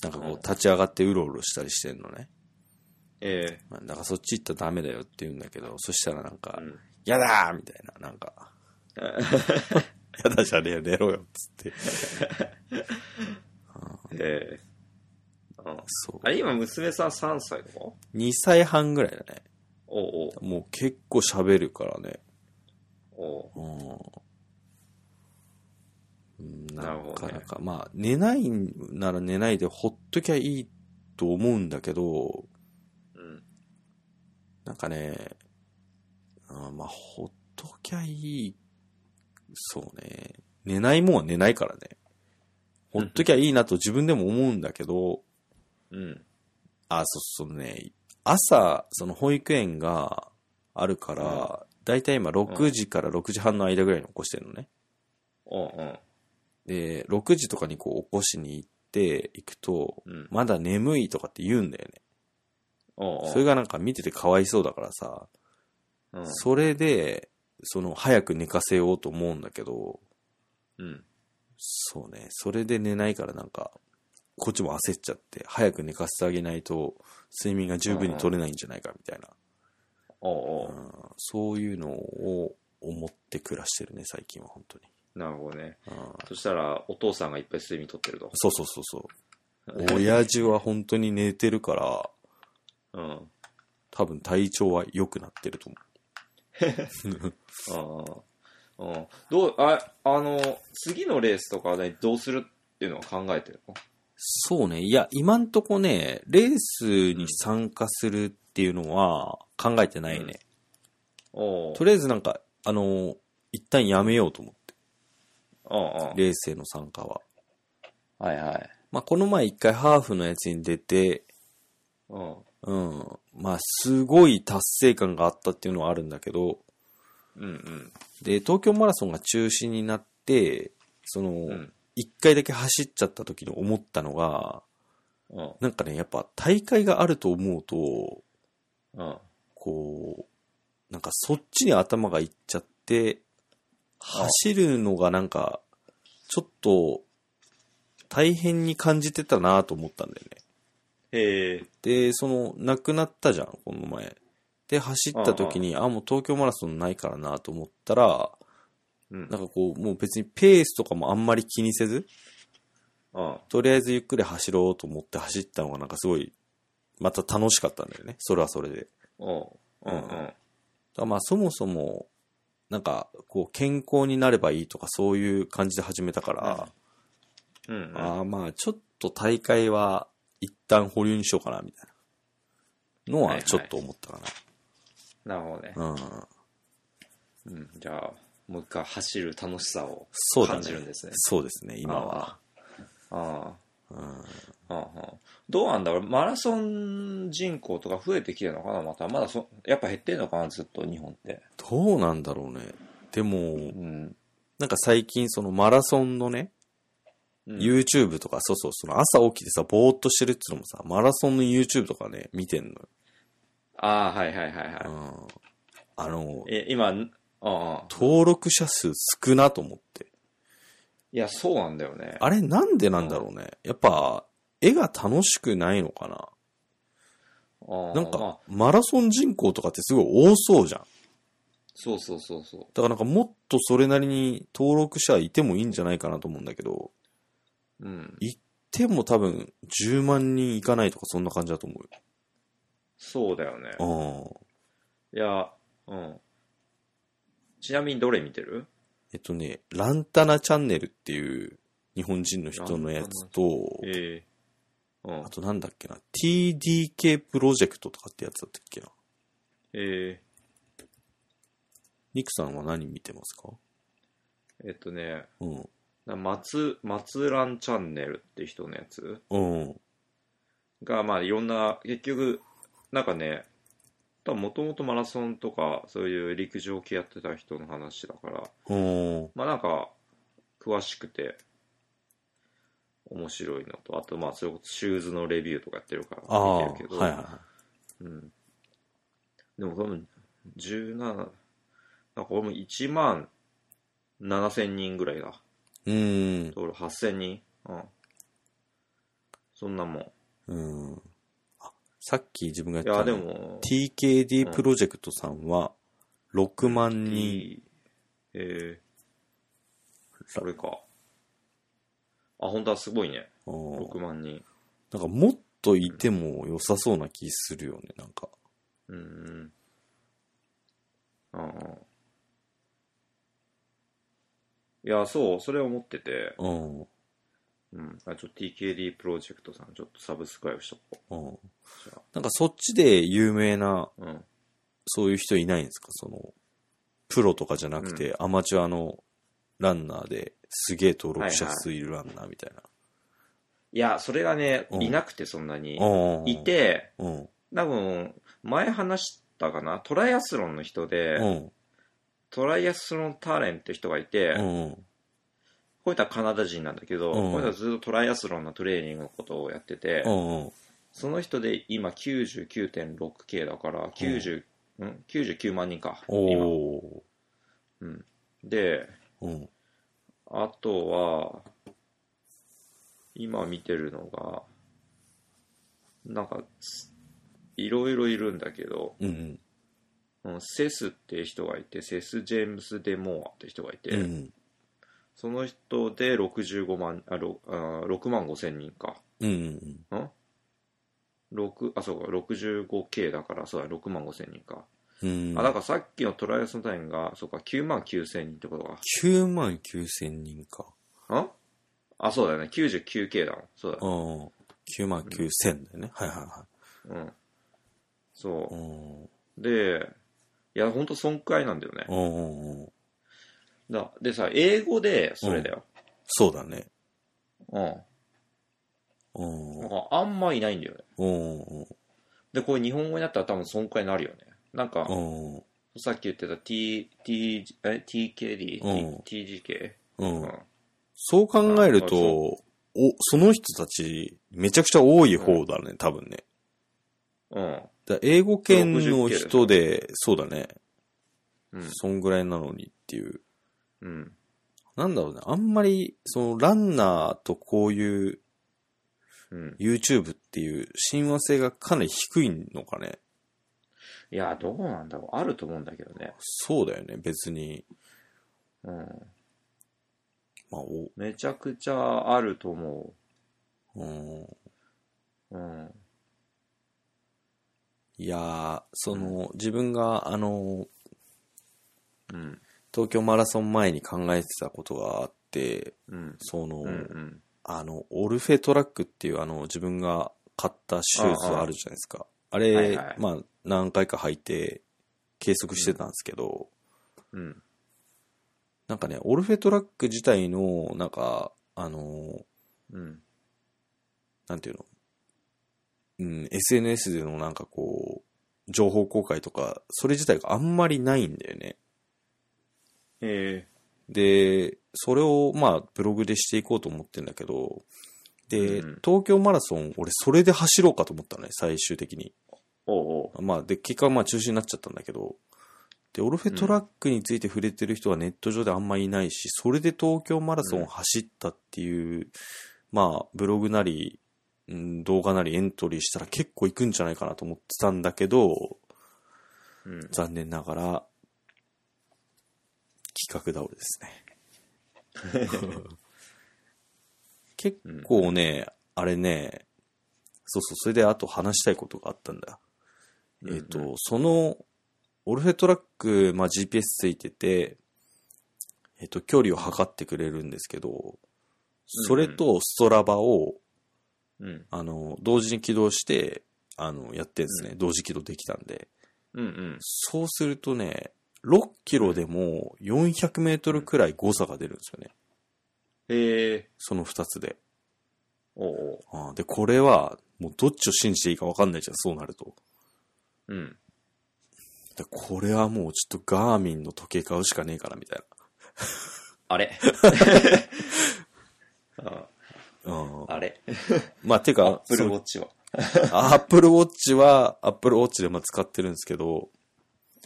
Speaker 1: なんかこう
Speaker 2: うん
Speaker 1: 立ち上がってうろうろしたりしてんのね。
Speaker 2: ええ
Speaker 1: まあだからそっち行ったらダメだよって言うんだけど、そしたらなんか、
Speaker 2: うん。
Speaker 1: やだーみたいな、なんか、やだじゃねえよ、寝ろよ、つって。
Speaker 2: ええうん。
Speaker 1: そう
Speaker 2: あ。れ、今娘さん3歳とか
Speaker 1: 2歳半ぐらいだね。
Speaker 2: おうおう。
Speaker 1: もう結構喋るからね。
Speaker 2: おう。
Speaker 1: うん。な
Speaker 2: なるほど
Speaker 1: か
Speaker 2: ね
Speaker 1: なか、まあ、寝ないなら寝ないでほっときゃいいと思うんだけど、
Speaker 2: うん。
Speaker 1: なんかね、あまあ、ほっときゃいい。そうね。寝ないもんは寝ないからね。ほっときゃいいなと自分でも思うんだけど、
Speaker 2: うん。
Speaker 1: あ、そうそうね。朝、その保育園があるから、だいたい今6時から6時半の間ぐらいに起こしてるのね。
Speaker 2: うんうん。
Speaker 1: で、6時とかにこう起こしに行って、行くと、
Speaker 2: うん。
Speaker 1: まだ眠いとかって言うんだよね。
Speaker 2: うんうん
Speaker 1: それがなんか見ててかわいそうだからさ、
Speaker 2: うん
Speaker 1: それで、その、早く寝かせようと思うんだけど、
Speaker 2: うん。
Speaker 1: そうね、それで寝ないからなんか、こっちも焦っちゃって、早く寝かせてあげないと、睡眠が十分に取れないんじゃないかみたいな、
Speaker 2: お
Speaker 1: う
Speaker 2: うお
Speaker 1: んそういうのを思って暮らしてるね、最近は本当に。
Speaker 2: うなるほどね。
Speaker 1: うん
Speaker 2: そしたら、お父さんがいっぱい睡眠取ってると。
Speaker 1: そうそうそうそう。親父は本当に寝てるから、
Speaker 2: うん。うん
Speaker 1: 多分体調は良くなってると思
Speaker 2: うん。うん。どう、あ、あの、次のレースとかはね、どうするっていうのは考えてるの
Speaker 1: う。そうね、いや、今んとこね、レースに参加するっていうのは考えてないね。
Speaker 2: うんおう
Speaker 1: とりあえずなんか、あのー一旦やめようと思って、
Speaker 2: うんうん。
Speaker 1: レースへの参加は。
Speaker 2: はいはい。
Speaker 1: まあ、この前一回ハーフのやつに出て、
Speaker 2: うん。
Speaker 1: うん、まあ、すごい達成感があったっていうのはあるんだけど、
Speaker 2: うん
Speaker 1: で、東京マラソンが中止になって、その、
Speaker 2: うん。うん。
Speaker 1: 一回だけ走っちゃった時に思ったのが、
Speaker 2: うん。
Speaker 1: なんかね、やっぱ大会があると思うと、
Speaker 2: うん。
Speaker 1: こう、なんかそっちに頭がいっちゃって、走るのがなんか、ちょっと、大変に感じてたなと思ったんだよね。
Speaker 2: へえ。
Speaker 1: で、その、亡くなったじゃん、この前。で、走った時に、あ、もう東京マラソンないからなと思ったら、
Speaker 2: うん。
Speaker 1: なんかこう、もう別にペースとかもあんまり気にせず、
Speaker 2: うん。
Speaker 1: とりあえずゆっくり走ろうと思って走ったのがなんかすごい、また楽しかったんだよね。それはそれで。
Speaker 2: おう。うんうん。
Speaker 1: だからまあそもそも、なんか、こう、健康になればいいとか、そういう感じで始めたから、
Speaker 2: うんうん。
Speaker 1: ああまあ、ちょっと大会は、一旦保留にしようかな、みたいな。の
Speaker 2: はい
Speaker 1: は、
Speaker 2: はい
Speaker 1: ちょっと思ったか
Speaker 2: なるほどね。
Speaker 1: な。うん。
Speaker 2: うん。じゃあ、もう一回走る楽しさを
Speaker 1: そうだね。
Speaker 2: 感じるんですね。
Speaker 1: そうですね、今は。
Speaker 2: あ
Speaker 1: うん。
Speaker 2: あ。ああ。どうなんだろうマラソン人口とか増えてきてるのかなまた。まだそ、やっぱ減ってんのかなずっと日本って。
Speaker 1: どうなんだろうね。でも
Speaker 2: う、ん。
Speaker 1: なんか最近、そのマラソンのね、
Speaker 2: うん。
Speaker 1: YouTube とか、そうそう、その朝起きてさ、ぼーっとしてるっつうのもさ、マラソンの YouTube とかね、見てんのよ。
Speaker 2: ああ、はいはいはいは
Speaker 1: う
Speaker 2: い。
Speaker 1: ん。あの、
Speaker 2: え、今、んああ。
Speaker 1: 登録者数少なと思って。
Speaker 2: いや、そうなんだよね。
Speaker 1: あれなんでなんだろうね。やっぱ、絵が楽しくないのかな。
Speaker 2: ああ
Speaker 1: なん
Speaker 2: まあ
Speaker 1: か、マラソン人口とかってすごい多そうじゃん。
Speaker 2: そうそうそうそう。
Speaker 1: だからなんかもっとそれなりに登録者いてもいいんじゃないかなと思うんだけど、
Speaker 2: うん、
Speaker 1: でも多分10万人いかないとかそんな感じだと思
Speaker 2: そうだよね。
Speaker 1: うよ。ああ。
Speaker 2: いや、うん。ちなみにどれ見てる
Speaker 1: えっとね、ランタナチャンネルっていう日本人の人のやつと、
Speaker 2: ええうん
Speaker 1: あ。となんだっけな、TDK プロジェクトとかってやつだったっけな。
Speaker 2: え
Speaker 1: ニクさんは何見てますか
Speaker 2: ええっとね、
Speaker 1: うん。
Speaker 2: な松、松蘭チャンネルって人のやつ
Speaker 1: うん。
Speaker 2: が、まあいろんな、結局、なんかね、多分もともとマラソンとか、そういう陸上系やってた人の話だから、
Speaker 1: うん。
Speaker 2: まあなんか、詳しくて、面白いのと、あとまあ、それこそシューズのレビューとかやってるか
Speaker 1: あ
Speaker 2: ら
Speaker 1: あ、
Speaker 2: 見てるけど、
Speaker 1: はいはいは
Speaker 2: うん。でも多分、17、なんか俺も1万7000人ぐらいが、
Speaker 1: い。うーん。
Speaker 2: 俺8000人。うん。そんなもん。い
Speaker 1: うん。あさっき自分が言っ
Speaker 2: や、
Speaker 1: た
Speaker 2: で
Speaker 1: の、
Speaker 2: も、
Speaker 1: TKD プロジェクトさんは、6万人、
Speaker 2: えー、それか。あ、本当はすごいね。
Speaker 1: うん
Speaker 2: 6万人。
Speaker 1: なんかもっといても良さそうな気するよね、なんか。
Speaker 2: うんうん。ああ。いや、そう、それ思ってて。
Speaker 1: うん。
Speaker 2: うん。あ、ちょっと TKD プロジェクトさん、ちょっとサブスクライブしとこ
Speaker 1: うん
Speaker 2: じゃあ。
Speaker 1: なんかそっちで有名な
Speaker 2: う。うん。
Speaker 1: そういう人いないんですかその、プロとかじゃなくて、アマチュアのランナーですげえ登録者数いるランナーみたいな。
Speaker 2: いや、それがね、
Speaker 1: うん
Speaker 2: いなくてそんなに。
Speaker 1: うん
Speaker 2: い、て、
Speaker 1: うん。
Speaker 2: 多分、前話したかな、トライアスロンの人で、
Speaker 1: うん。
Speaker 2: トライアスロンターレンって人がいて、
Speaker 1: うん。
Speaker 2: こういったカナダ人なんだけ
Speaker 1: う
Speaker 2: ど、
Speaker 1: ん
Speaker 2: こういったずっとトライアスロンのトレーニングのことをやってて、
Speaker 1: うん。
Speaker 2: その人で今 99.6K だから、90、ん、99万人か。今
Speaker 1: おお。
Speaker 2: うん、で、
Speaker 1: うん。
Speaker 2: あとは、今見てるのが、なんか、すいろいろいるんだけど、
Speaker 1: うん。
Speaker 2: うんセスっていう人がいて、セス・ジェームス・デ・モアって人がいて、
Speaker 1: うん。
Speaker 2: その人で65万、あ、ろあ6万5千人か。
Speaker 1: うん。
Speaker 2: 6、あ、そうか、65K だから、そうだ、6万5千人か。
Speaker 1: うん。
Speaker 2: あ、だからさっきのトライアスのタイムが、そうか、9万9千人ってことか。
Speaker 1: 9万9千人か。
Speaker 2: んあ、そうだよね、99K だもん。そうだ
Speaker 1: う。ん。9万9千だよね。はいはいは
Speaker 2: うん。そう
Speaker 1: い。う。ん。
Speaker 2: で、いや、ほんと、そんくらいなんだよね。
Speaker 1: うんうん。
Speaker 2: だでさ、英語で、それだよ。
Speaker 1: そうだね。
Speaker 2: うん。
Speaker 1: うん。
Speaker 2: な
Speaker 1: うんん
Speaker 2: か、あんまいないんだよね。
Speaker 1: うん。
Speaker 2: で、これ日本語になったら多分そんくらいになるよね。なんか
Speaker 1: う、ん。
Speaker 2: さっき言ってた T、T、え、TKD、
Speaker 1: うん
Speaker 2: TGK。
Speaker 1: うん
Speaker 2: う。
Speaker 1: そう考える
Speaker 2: あ
Speaker 1: と
Speaker 2: そ、
Speaker 1: お、その人たち、めちゃくちゃ多い方だね、多分ね。
Speaker 2: ん。
Speaker 1: だ英語圏の
Speaker 2: 60系
Speaker 1: 人で、そうだね、
Speaker 2: うん。
Speaker 1: そんぐらいなのにっていう。
Speaker 2: うん。
Speaker 1: なんだろうね、あんまり、その、ランナーとこういう
Speaker 2: うん。
Speaker 1: YouTube っていう親和性がかなり低いのかね。
Speaker 2: いや、どうなんだろう。あると思うんだけどね。
Speaker 1: そうだよね、別に。
Speaker 2: うん。
Speaker 1: まあ、お、
Speaker 2: めちゃくちゃあると思
Speaker 1: うん。
Speaker 2: う。うん。
Speaker 1: いやー、その、自分が、あの、
Speaker 2: うん。
Speaker 1: 東京マラソン前に考えてたことがあって、
Speaker 2: うん。
Speaker 1: その、
Speaker 2: うん。うん。
Speaker 1: あの、オルフェトラックっていうあの、自分が買ったシューズあるじゃないですか。あれ、
Speaker 2: はいはい
Speaker 1: まあ、何回か履いて、計測してたんですけど、
Speaker 2: うん。
Speaker 1: なんかね、オルフェトラック自体の、なんか、あの、
Speaker 2: うん。
Speaker 1: なんていうの、うん、SNS でのなんかこう、情報公開とか、それ自体があんまりないんだよね。
Speaker 2: え
Speaker 1: で、それをまあ、ブログでしていこうと思ってんだけど、で、
Speaker 2: うん
Speaker 1: 東京マラソン、俺それで走ろうかと思ったのね、最終的に。
Speaker 2: おうおう。
Speaker 1: まあ、で、結果はまあ中止になっちゃったんだけど、で、オルフェトラックについて触れてる人はネット上であんまいないし、それで東京マラソンを走ったっていう、まあ、ブログなり、うん動画なりエントリーしたら結構行くんじゃないかなと思ってたんだけど、
Speaker 2: うん。
Speaker 1: 残念ながら、企画倒れですね。結構ね、あれね、そうそう、それであと話したいことがあったんだ。えっ、と、
Speaker 2: うんうん
Speaker 1: その、オルフェトラック、まあ、GPS ついてて、えっ、と、距離を測ってくれるんですけど、それとストラバを、
Speaker 2: うん。
Speaker 1: あの、同時に起動して、あの、やってんですね。同時起動できたんで。
Speaker 2: うんうん。
Speaker 1: そうするとね、6キロでも400メートルくらい誤差が出るんですよね。
Speaker 2: ええ
Speaker 1: その2つで。
Speaker 2: おうおう。
Speaker 1: あーで、これは、もうどっちを信じていいか分かんないじゃん、そうなると。
Speaker 2: うん。
Speaker 1: で、これはもうちょっとガーミンの時計買うしかねえから、みたい
Speaker 2: あれあ
Speaker 1: な。うん。
Speaker 2: あれ
Speaker 1: まあ、て
Speaker 2: アッ
Speaker 1: か、
Speaker 2: プル
Speaker 1: そ
Speaker 2: ウォ
Speaker 1: の
Speaker 2: ッチは。
Speaker 1: アップルウォッチは、アップルウォッチでまあ使ってるんですけど、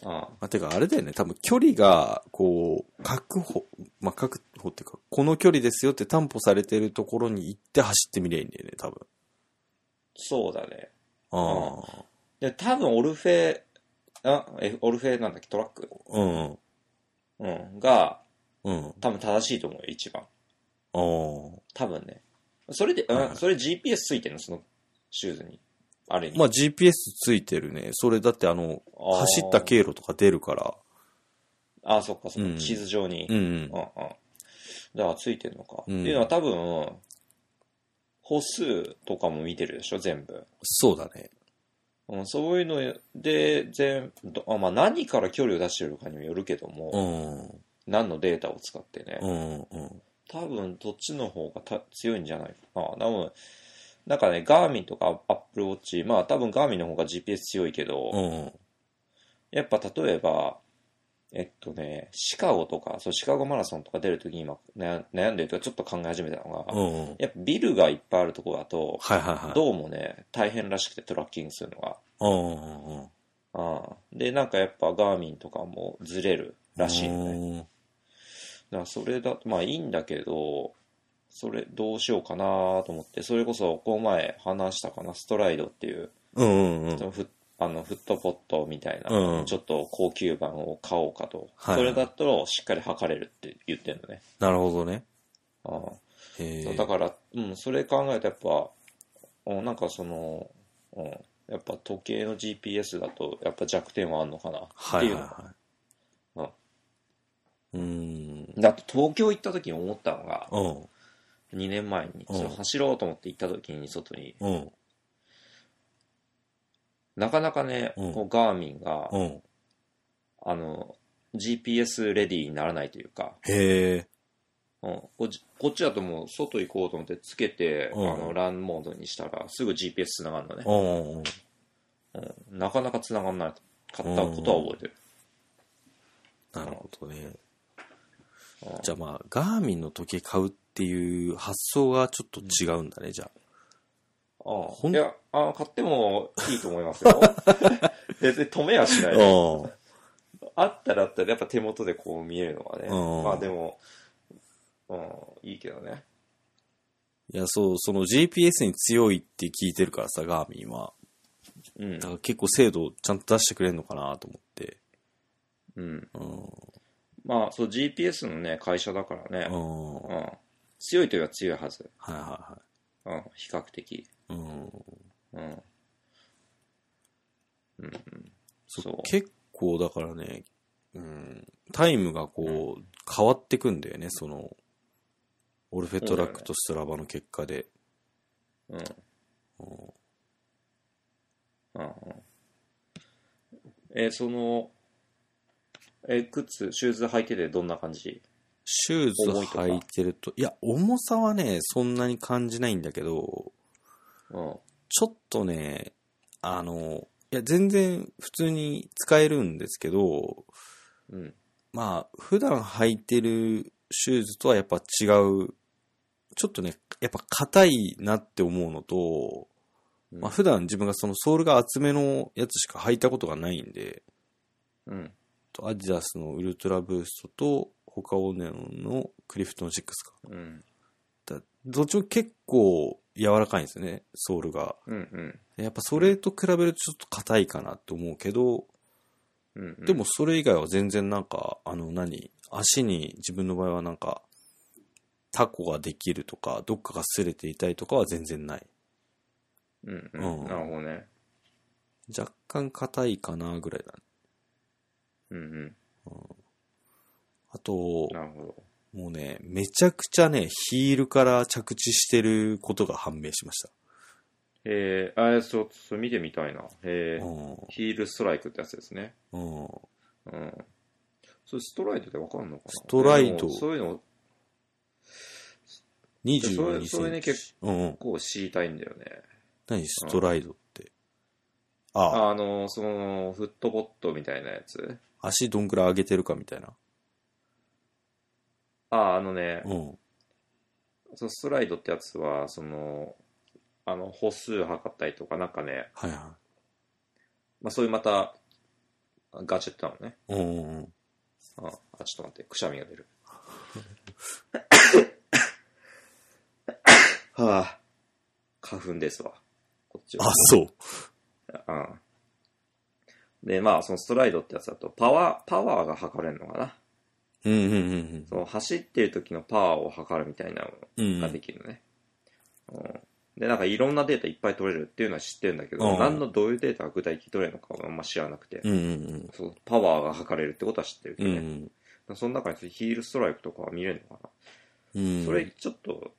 Speaker 2: あ
Speaker 1: まあ、てか、あれだよね、多分距離が、こう、確保、まあ、確保っていうか、この距離ですよって担保されてるところに行って走ってみりゃいいんだよね、多分。
Speaker 2: そうだね。
Speaker 1: ああ。
Speaker 2: で、多分オルフェ、あ、え、オルフェなんだっけ、トラック
Speaker 1: うん。
Speaker 2: うん。が、
Speaker 1: うん。
Speaker 2: 多分正しいと思うよ、一番。
Speaker 1: ああ。
Speaker 2: 多分ね。それで、う
Speaker 1: はいはい
Speaker 2: ん、それ GPS ついてるの、そのシューズに。あれに。
Speaker 1: まあ、GPS ついてるね。それだってあの、
Speaker 2: あー
Speaker 1: 走った経路とか出るから。
Speaker 2: あ、そっかそっ
Speaker 1: うん
Speaker 2: か、地図上に。
Speaker 1: う
Speaker 2: うん、
Speaker 1: ん
Speaker 2: うん。だからついてるのか。
Speaker 1: うん
Speaker 2: っていうのは多分、歩数とかも見てるでしょ、全部。
Speaker 1: そうだね。
Speaker 2: うん、そういうので全どあ、まあ、何から距離を出してるかにもよるけども、
Speaker 1: うん。
Speaker 2: 何のデータを使ってね、
Speaker 1: うん。うん。
Speaker 2: 多分どっちの方がた強いんじゃないかな多分なんかねガーミンとかアップルウォッチまあ多分ガーミンの方が GPS 強いけど、
Speaker 1: うん。
Speaker 2: やっぱ例えばえっとねシカゴとかそうシカゴマラソンとか出るときに今悩悩んでるとかちょっと考え始めたのが、
Speaker 1: うん。はい
Speaker 2: やっぱビルがいっぱいあるとこだと、
Speaker 1: はいはい。
Speaker 2: どうもね大変らしくてトラッキングするのが。
Speaker 1: うんうんうん。
Speaker 2: ああで、なんかやっぱガーミンとかもずれるらしいのね。
Speaker 1: ね。
Speaker 2: だからそれだと、まあいいんだけど、それどうしようかなと思って、それこそこの前話したかな、ストライドっていう、
Speaker 1: うんうんうん
Speaker 2: そ。のフッあのフットポットみたいな、
Speaker 1: うん
Speaker 2: ちょっと高級版を買おうかと。
Speaker 1: はいはい
Speaker 2: それだったらしっかり測れるって言ってるのね。
Speaker 1: なるほどね。
Speaker 2: ああ
Speaker 1: へ
Speaker 2: そう
Speaker 1: え。
Speaker 2: だから、うん、それ考えるとやっぱ、うんなんかその、うん、やっぱ時計の GPS だとやっぱ弱点はあるのかなっ
Speaker 1: は
Speaker 2: て
Speaker 1: い
Speaker 2: いう
Speaker 1: はい
Speaker 2: のが
Speaker 1: はい。うん。
Speaker 2: だって東京行った時に思ったのが、
Speaker 1: うん。
Speaker 2: 2年前に、
Speaker 1: うん
Speaker 2: その走ろうと思って行った時に外に、
Speaker 1: うん。
Speaker 2: なかなかね、
Speaker 1: うん
Speaker 2: こうガーミンが、
Speaker 1: うん。
Speaker 2: あの、GPS レディーにならないというか、
Speaker 1: へえ。
Speaker 2: うん、こっちこっちだともう外行こうと思ってつけて、
Speaker 1: うん
Speaker 2: あの、ランモードにしたら、すぐ GPS つながるのね
Speaker 1: う、んうん。
Speaker 2: うんなかなかつながらなかったことは覚えてる。
Speaker 1: なるほどね。
Speaker 2: うん
Speaker 1: じゃあまあ、ガーミンの時計買うっていう発想がちょっと違うんだね、じゃ
Speaker 2: あ
Speaker 1: ほん
Speaker 2: いやあ、買ってもいいと思いま すよ。別に止めはしな
Speaker 1: あ。
Speaker 2: い。
Speaker 1: うん。
Speaker 2: あったらあったら、やっぱ手元でこう見えるのがね。
Speaker 1: うん
Speaker 2: まあでも、うん、いいけどね。
Speaker 1: いや、そう、その GPS に強いって聞いてるからさ、ガーミンは。
Speaker 2: うん
Speaker 1: だ。から結構精度をちゃんと出してくれるのかなと思って。
Speaker 2: うん。
Speaker 1: う
Speaker 2: まあ、そう、GPS のね、会社だからね。
Speaker 1: ん。うん。
Speaker 2: う
Speaker 1: はい
Speaker 2: ん。強いといえば強いはず。
Speaker 1: はいは
Speaker 2: うん、比較的。
Speaker 1: い。うん。
Speaker 2: うん。うん。
Speaker 1: そう
Speaker 2: そう
Speaker 1: 結構だからね、うん、タイムがこう、変わってくんだよね、その、オルフェトラックとストラバの結果で。
Speaker 2: うん。
Speaker 1: うん
Speaker 2: うん。え、その、え、靴、シューズ履いててどんな感じ
Speaker 1: シューズ
Speaker 2: 重いとか
Speaker 1: 履いてると、いや、重さはね、そんなに感じないんだけど、
Speaker 2: うん。
Speaker 1: ちょっとね、あの、いや、全然普通に使えるんですけど、
Speaker 2: うん。
Speaker 1: まあ、普段履いてるシューズとはやっぱ違う、ちょっとね、やっぱ硬いなって思うのと、
Speaker 2: うん
Speaker 1: まあ、普段自分がそのソールが厚めのやつしか履いたことがないんで、
Speaker 2: うん。
Speaker 1: とアディダスのウルトラブーストとホカオネオンのクリフトン6か。
Speaker 2: うん。
Speaker 1: だどっちも結構柔らかいんですよね、ソールが。
Speaker 2: うん。うん。
Speaker 1: やっぱそれと比べるとちょっと硬いかなと思うけど、
Speaker 2: うん。
Speaker 1: でもそれ以外は全然なんか、あの何、足に自分の場合はなんか、タコができるとか、どっかが擦れていたりとかは全然ない。
Speaker 2: うん。うん。
Speaker 1: うん
Speaker 2: なるほどね。
Speaker 1: 若干硬いかなぐらいだね。
Speaker 2: うん。うん。
Speaker 1: あと、
Speaker 2: なるほ
Speaker 1: もうね、めちゃくちゃね、ヒールから着地してることが判明しました。
Speaker 2: ど。へえ、あ、そう、そう見てみたいな。へえ
Speaker 1: う。
Speaker 2: ヒールストライクってやつですね。
Speaker 1: ん。うん。
Speaker 2: うん。それストライドってわかるのかな
Speaker 1: ストライド
Speaker 2: でもそういうのそ
Speaker 1: 22
Speaker 2: れそれね
Speaker 1: センチ。うんうん。
Speaker 2: こう知りたいんだよね。
Speaker 1: 何ストライドって。ああ、
Speaker 2: あの、その、フットボットみたいなやつ。
Speaker 1: 足どんくらい上げてるかみたいな。
Speaker 2: あ、あのね、
Speaker 1: うん。
Speaker 2: そのストライドってやつは、その、あの、歩数測ったりとか、なんかね、
Speaker 1: はいは
Speaker 2: まあそういうまた、ガチェットなのね。
Speaker 1: い。うんうんうん。
Speaker 2: あ、あちょっと待って、くしゃみが 出る。はあ、花粉ですわ。こっちは
Speaker 1: あ、そう。
Speaker 2: うん。で、まあ、そのストライドってやつだと、パワー、パワーが測れるのかな。
Speaker 1: うんうんうん
Speaker 2: その走ってる時のパワーを測るみたいな
Speaker 1: うん。う
Speaker 2: の
Speaker 1: ん
Speaker 2: ができるのね。うんで、なんかいろんなデータいっぱい取れるっていうのは知ってるんだけど、
Speaker 1: うん
Speaker 2: 何のどういうデータが具体的に取れるのかはあんま知らなくて、
Speaker 1: うんうん
Speaker 2: そうパワーが測れるってことは知ってるけ
Speaker 1: うん。う
Speaker 2: どね。
Speaker 1: ん
Speaker 2: その中にヒールストライクとかは見れるのかな。
Speaker 1: うん。
Speaker 2: それちょっと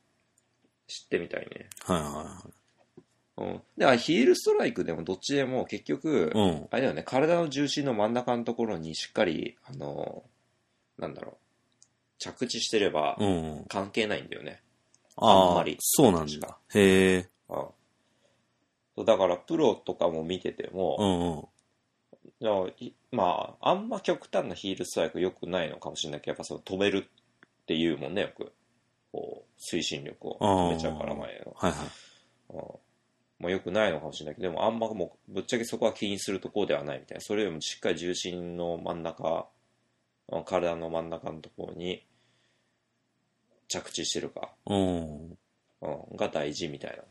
Speaker 2: 知ってみたいね。
Speaker 1: はいはいはい。
Speaker 2: うん。で、あヒールストライクでもどっちでも結局、
Speaker 1: うん。
Speaker 2: あれだよね、体の重心の真ん中のところにしっかり、あのーなんだろう、着地してれば
Speaker 1: うんうん。
Speaker 2: 関係ないんだよね。
Speaker 1: あ
Speaker 2: あん
Speaker 1: あ
Speaker 2: まり、
Speaker 1: そうなん
Speaker 2: 確
Speaker 1: だ
Speaker 2: か。
Speaker 1: へえ。
Speaker 2: うん。そうだから、プロとかも見てて
Speaker 1: う
Speaker 2: も、
Speaker 1: んうん。
Speaker 2: いやいまあ、あんま極端なヒールストライク良くないのかもしれないけど、やっぱその止めるっていうもんね、よく。こう、推進力を止めちゃうから
Speaker 1: あー
Speaker 2: 前の。
Speaker 1: はいはい。
Speaker 2: うんまあ、良くないのかもしれないけど、でもあんまもう、ぶっちゃけそこは気にするところではないみたいな。それよりもしっかり重心の真ん中、うん体の真ん中のところに着地してるか、
Speaker 1: うん。
Speaker 2: うん、が大事みたいな。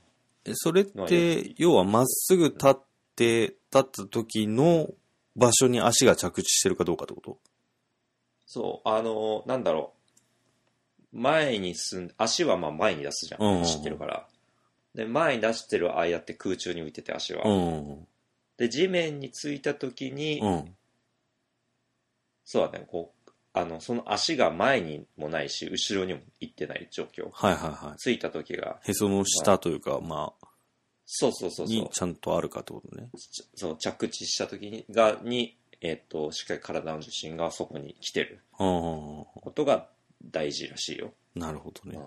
Speaker 1: え、それっ
Speaker 2: まあ
Speaker 1: て、要はまっすぐ立って、立った時の場所に足が着地してるかどうかってこと
Speaker 2: そう、あのーなんだろう。前に進んで、足はまあ前に出すじゃ
Speaker 1: うんうんうん
Speaker 2: ん。走ってるから。で、前に出してる間って空中に浮いてて足
Speaker 1: う
Speaker 2: は。
Speaker 1: ん。
Speaker 2: で、地面についた時に、
Speaker 1: うん。
Speaker 2: そうだね、こう、あの、その足が前にもないし、後ろにも行ってない状況。
Speaker 1: はいはいは
Speaker 2: ついた時が、
Speaker 1: い。へその下というか、ま
Speaker 2: そうそうそ
Speaker 1: あ、
Speaker 2: うそ
Speaker 1: に
Speaker 2: う、
Speaker 1: ちゃんとあるかってことね。
Speaker 2: ちそう着地した時に、が、に、えっと、しっかり体の重心がそこに来てる
Speaker 1: う
Speaker 2: ことが大事らしいよ。
Speaker 1: ん。なるほどね。
Speaker 2: うん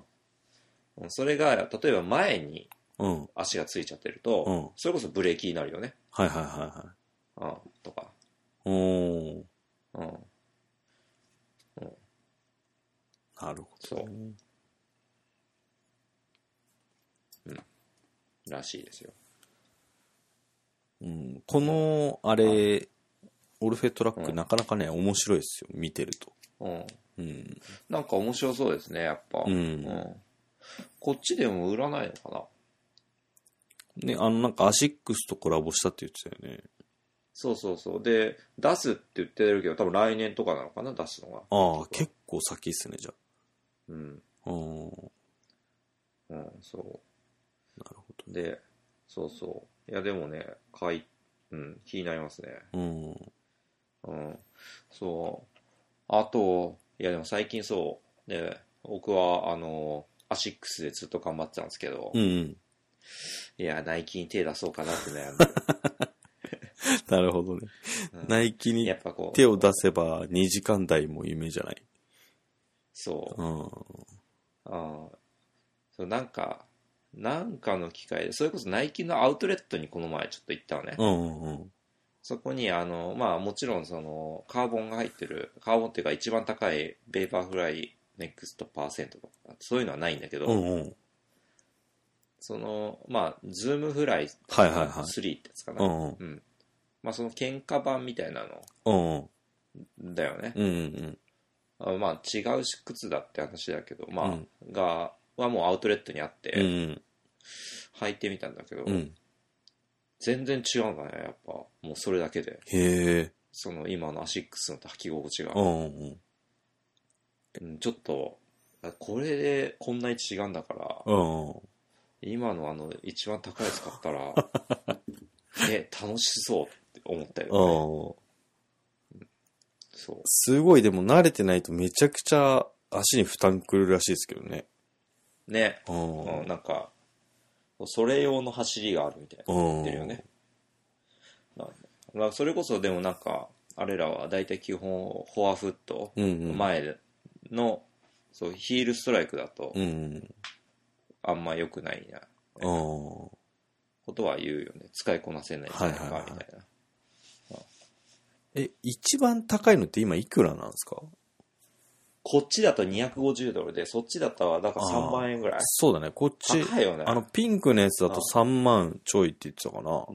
Speaker 2: それが、例えば前に
Speaker 1: うん。はい
Speaker 2: 足がついちゃってる
Speaker 1: うん、
Speaker 2: とそれこそブレーキになるよね。
Speaker 1: はいはいは
Speaker 2: うん、とか。
Speaker 1: い。おー。
Speaker 2: うん。
Speaker 1: なるほどね、
Speaker 2: らしいですよ。
Speaker 1: うん、この、あれ、オルフェトラック、
Speaker 2: うん
Speaker 1: なかなかね、面白いですよ、見てると。
Speaker 2: うん。
Speaker 1: うん。
Speaker 2: なんか面白そうですね、やっぱ。
Speaker 1: うん
Speaker 2: こっちでも売らないのかな
Speaker 1: ね、あの、なんか、アシックスとコラボしたって言ってたよね。
Speaker 2: そうそうそう。で、出すって言ってるけど、多分来年とかなのかな、出すのが。
Speaker 1: ああ、結構先っすね、じゃ
Speaker 2: うん。
Speaker 1: あ。うん。
Speaker 2: うん、そう。
Speaker 1: なるほどね。
Speaker 2: で、そうそう。いや、でもね、買い、うん、気になりますね。
Speaker 1: うん。
Speaker 2: うん。そう。あと、いや、でも最近そう。で、僕は、あの、アシックスでずっと頑張ってたんですけど、
Speaker 1: うん、うん。
Speaker 2: いや、ナイキに手出そうかなって悩んでる。
Speaker 1: なるほどね。
Speaker 2: うん
Speaker 1: ナイキに
Speaker 2: やっぱこう、
Speaker 1: 手を出せば2時間台も夢じゃない。
Speaker 2: そう。
Speaker 1: うん。
Speaker 2: あーそう、なんか、なんかの機会で、それこそナイキのアウトレットにこの前ちょっと行ったのね。
Speaker 1: うんうんうん。
Speaker 2: そこに、あの、まあもちろんその、カーボンが入ってる、カーボンっていうか一番高いベーパーフライネクストパーセントとか、そういうのはないんだけど、
Speaker 1: うんうん。
Speaker 2: その、まあ、ズームフライ
Speaker 1: はいはいはい
Speaker 2: 3ってやつかな。
Speaker 1: うんうん。
Speaker 2: うんまあその喧嘩版みたいなの
Speaker 1: うんうん。
Speaker 2: だよね。
Speaker 1: うんうん
Speaker 2: あまあ違う靴だって話だけど、まあ、
Speaker 1: うん
Speaker 2: が、はもうアウトレットにあって、
Speaker 1: うん。うん
Speaker 2: 履いてみたんだけど、
Speaker 1: うん。うん。
Speaker 2: 全然違うんだね、やっぱ。もうそれだけで。
Speaker 1: へえ。
Speaker 2: その今のアシックスの履き心地が。
Speaker 1: うんうん
Speaker 2: うん、ちょっと、あこれでこんなに違うんだから、
Speaker 1: うん。うん。
Speaker 2: 今のあの、一番高いやつ買っ たら、え、楽しそうって思ったよ、ね。
Speaker 1: うん。
Speaker 2: そう。
Speaker 1: すごい、でも慣れてないとめちゃくちゃ足に負担くるらしいですけどね。
Speaker 2: ね。
Speaker 1: う
Speaker 2: うん、
Speaker 1: ん。
Speaker 2: なんか、それ用の走りがあるみたいな。
Speaker 1: うん。
Speaker 2: 言ってるよね。なんまあ、それこそでもなんか、あれらは大体基本、フォアフット、
Speaker 1: うんうん。
Speaker 2: 前の、そう、ヒールストライクだと
Speaker 1: う、ん。
Speaker 2: あんま良くないな、
Speaker 1: うん。
Speaker 2: ことは言うよね。使いこなせないんじゃないか、
Speaker 1: はい
Speaker 2: み
Speaker 1: はいはい
Speaker 2: たいな。
Speaker 1: え、一番高いのって今いくらなんですか
Speaker 2: こっちだと250ドルで、そっちだったら、だから3万円ぐらい。
Speaker 1: そうだね、こっち、
Speaker 2: 高いよね。
Speaker 1: あの、ピンクのやつだと3万ちょいって言ってたかな。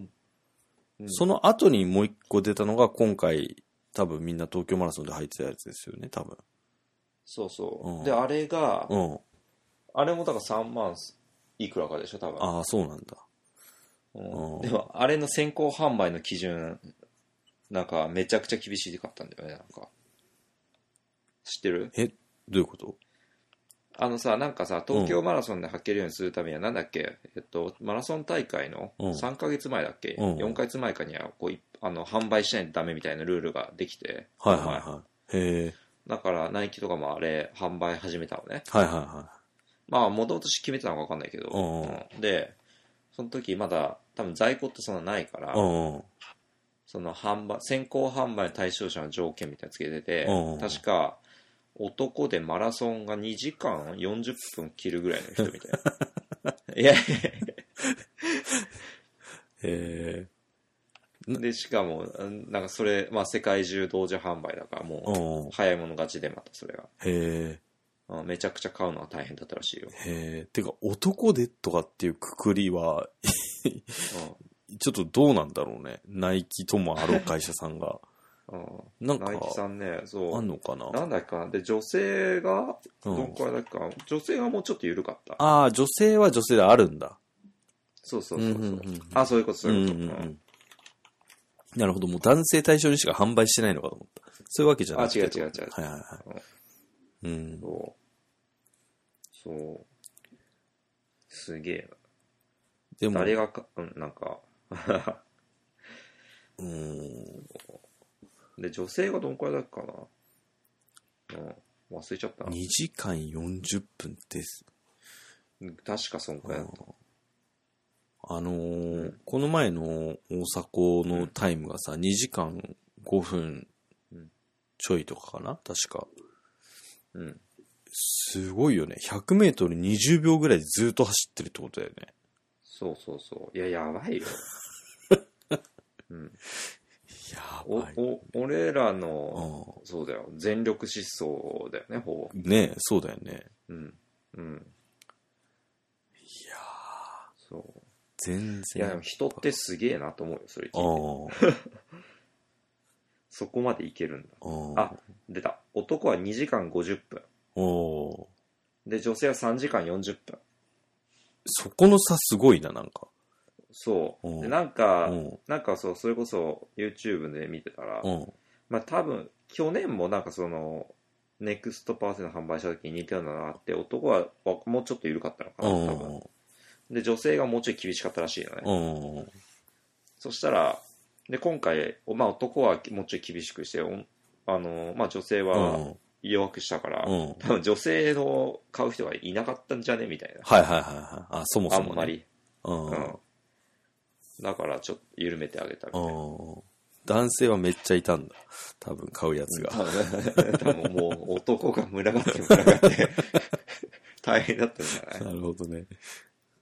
Speaker 2: うん、
Speaker 1: その後にもう一個出たのが今回、多分みんな東京マラソンで入ってたやつですよね、多分。
Speaker 2: そうそう。
Speaker 1: うん
Speaker 2: で、あれが、
Speaker 1: うん。
Speaker 2: あれもだから3万いくらかでしょ、多分。
Speaker 1: ああ、そうなんだ。
Speaker 2: う
Speaker 1: うんん
Speaker 2: でも、あれの先行販売の基準、なんか、めちゃくちゃ厳しかったんだよね、なんか。知ってる
Speaker 1: え、どういうこと
Speaker 2: あのさ、なんかさ、東京マラソンで履けるようにするためには、なんだっけ、えっと、マラソン大会の
Speaker 1: うん
Speaker 2: 3ヶ月前だっけ、
Speaker 1: うん
Speaker 2: ?4 ヶ月前かには、こう、いあの、販売しないとダメみたいなルールができて、
Speaker 1: はいはいはい。へえ。
Speaker 2: だから、ナイキとかもあれ、販売始めたのね。
Speaker 1: はいはいは
Speaker 2: まあ、もともと決めてたのか分かんないけど、
Speaker 1: うんうん
Speaker 2: うんで、その時まだ多分在庫ってそんなないから、
Speaker 1: うんうん。
Speaker 2: その販売先行販売対象者の条件みたいなのつけてて、
Speaker 1: うん
Speaker 2: 確か男でマラソンが2時間40分切るぐらいの人みたい ないやい
Speaker 1: え
Speaker 2: やでしかもなんかそれ、まあ、世界中同時販売だから
Speaker 1: ー、う
Speaker 2: も
Speaker 1: んう。
Speaker 2: うん早いもの勝ちでまたそれが
Speaker 1: へえ、
Speaker 2: うんめちゃくちゃ買うのは大変だったらしいよ、
Speaker 1: へえ。てか、男でとかっていうくくりは、
Speaker 2: うん
Speaker 1: ちょっとどうなんだろうね。ナイキともあろう会社さん が。
Speaker 2: うん
Speaker 1: なんか
Speaker 2: ナイ、キさんね、
Speaker 1: あ
Speaker 2: そ
Speaker 1: んのかな
Speaker 2: う。なんだっけかな。で、女性が、
Speaker 1: う
Speaker 2: どん
Speaker 1: ん、
Speaker 2: くらいだっけかな。女性がもうちょっと緩かった。
Speaker 1: ああ、女性は女性であるんだ。
Speaker 2: そうそうそう
Speaker 1: うん
Speaker 2: そううん
Speaker 1: うんうん。
Speaker 2: あ、そういうこと、そういうこと。
Speaker 1: んん
Speaker 2: うん
Speaker 1: んなるほど。もう男性対象にしか販売してないのかと思った。そういうわけじゃなくて。
Speaker 2: あ違う違う違う
Speaker 1: はいはいはい。うん。
Speaker 2: そう。そう。すげえ
Speaker 1: で
Speaker 2: な。
Speaker 1: も、
Speaker 2: 誰がか、うん、なんか。
Speaker 1: うん。
Speaker 2: で、女性がどんくらいだっけかな。うん。忘れちゃったな。
Speaker 1: 2時間40分です。
Speaker 2: うん確かそんくらいだった。
Speaker 1: あのー
Speaker 2: うん
Speaker 1: この前の大阪のタイムがさ、2時間5分ちょいとかかな確か。
Speaker 2: うん。
Speaker 1: すごいよね。100メートル20秒ぐらいずっと走ってるってことだよね。
Speaker 2: そうそうそう。いや、やばい よ。うん。
Speaker 1: や
Speaker 2: お
Speaker 1: ばい。、
Speaker 2: お、俺らの、
Speaker 1: う
Speaker 2: そうだよ。全力疾走だよね、ほぼ。
Speaker 1: んねえ、そうだよね。
Speaker 2: うん。うん。
Speaker 1: いや
Speaker 2: そう。
Speaker 1: 全
Speaker 2: いや、でも
Speaker 1: 然。
Speaker 2: 人ってすげえなと思うよ、それ
Speaker 1: あ
Speaker 2: 聞いて。
Speaker 1: ー
Speaker 2: そこまでいけるんだ。
Speaker 1: あー。
Speaker 2: あ、出た。男は2時間50分。
Speaker 1: おー
Speaker 2: で、女性は3時間40分。
Speaker 1: そこの差すごいな、なんか。
Speaker 2: そうう。
Speaker 1: ん
Speaker 2: で、なん
Speaker 1: う
Speaker 2: か、
Speaker 1: ん。
Speaker 2: なんかそう、それこそ YouTube で見てたら
Speaker 1: う、ん。
Speaker 2: まあ多分、去年もなんかその、ネクストパーセント販売した時に似たようなのがあって、男はわもうちょっと緩かったのか
Speaker 1: う
Speaker 2: な、
Speaker 1: ん
Speaker 2: 多分。で、女性がもうちょい厳しかったらしいのね。
Speaker 1: うん。うん。
Speaker 2: そしたら、で、今回、まあ男はもうちょい厳しくして、おあの、まあ女性は弱くしたから、
Speaker 1: うん。
Speaker 2: 多分女性の買う人がいなかったんじゃねみたいな。
Speaker 1: はいはいはいはい。あ、そも
Speaker 2: あ
Speaker 1: そも、
Speaker 2: ん
Speaker 1: ね。
Speaker 2: ま。り。
Speaker 1: うん。
Speaker 2: う。
Speaker 1: うん
Speaker 2: だからちょっと緩めてあげたみたいな。
Speaker 1: ん。男性はめっちゃいたんだ。多分買うやつが。
Speaker 2: 多分 多分もう男が群がって群がって、 大変だったんじゃない
Speaker 1: なるほどね。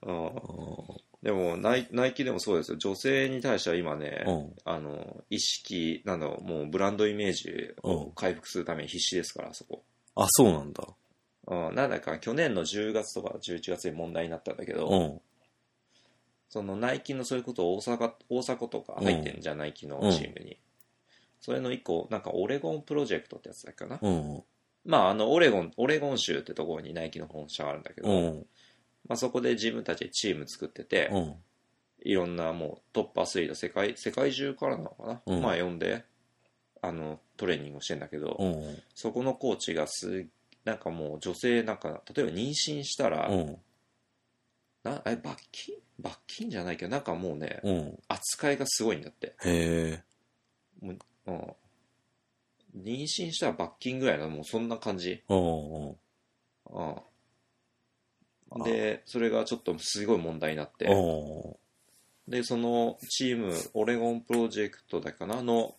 Speaker 2: うん。
Speaker 1: う
Speaker 2: でもナイ、ナイキでもそうですよ。女性に対しては今ね、
Speaker 1: ん。うん。
Speaker 2: あの、意識、なんだろう、もうブランドイメージを回復するために必死ですから、そこ。
Speaker 1: あ、そうなんだ。
Speaker 2: うん、なんだか去年の10月とか11月に問題になったんだけど、
Speaker 1: うん。
Speaker 2: そのナイキのそういうこと大阪、大阪とか入ってんじゃん、ナイキのチームに。それの一個、なんかオレゴンプロジェクトってやつだっけかな。
Speaker 1: うん。
Speaker 2: まあ、あの、オレゴン、オレゴン州ってところにナイキの本社があるんだけど、
Speaker 1: うん。
Speaker 2: まあそこで自分たちでチーム作ってて、
Speaker 1: うん。
Speaker 2: いろんなもうトップアスリート、世界、世界中からなのかな、
Speaker 1: うん
Speaker 2: まあ呼んで、あの、トレーニングをしてんだけど、
Speaker 1: うん。
Speaker 2: そこのコーチがす、なんかもう女性なんか、例えば妊娠したら、
Speaker 1: うん。
Speaker 2: なえ罰金罰金じゃないけどなんかもうね
Speaker 1: うん。
Speaker 2: 扱いがすごいんだって、
Speaker 1: へえ。
Speaker 2: うん、妊娠したら罰金ぐらいのもうそんな感じ、
Speaker 1: うん。うん。
Speaker 2: うん、でそれがちょっとすごい問題になって
Speaker 1: うん。
Speaker 2: でそのチームオレゴンプロジェクトだっけかなの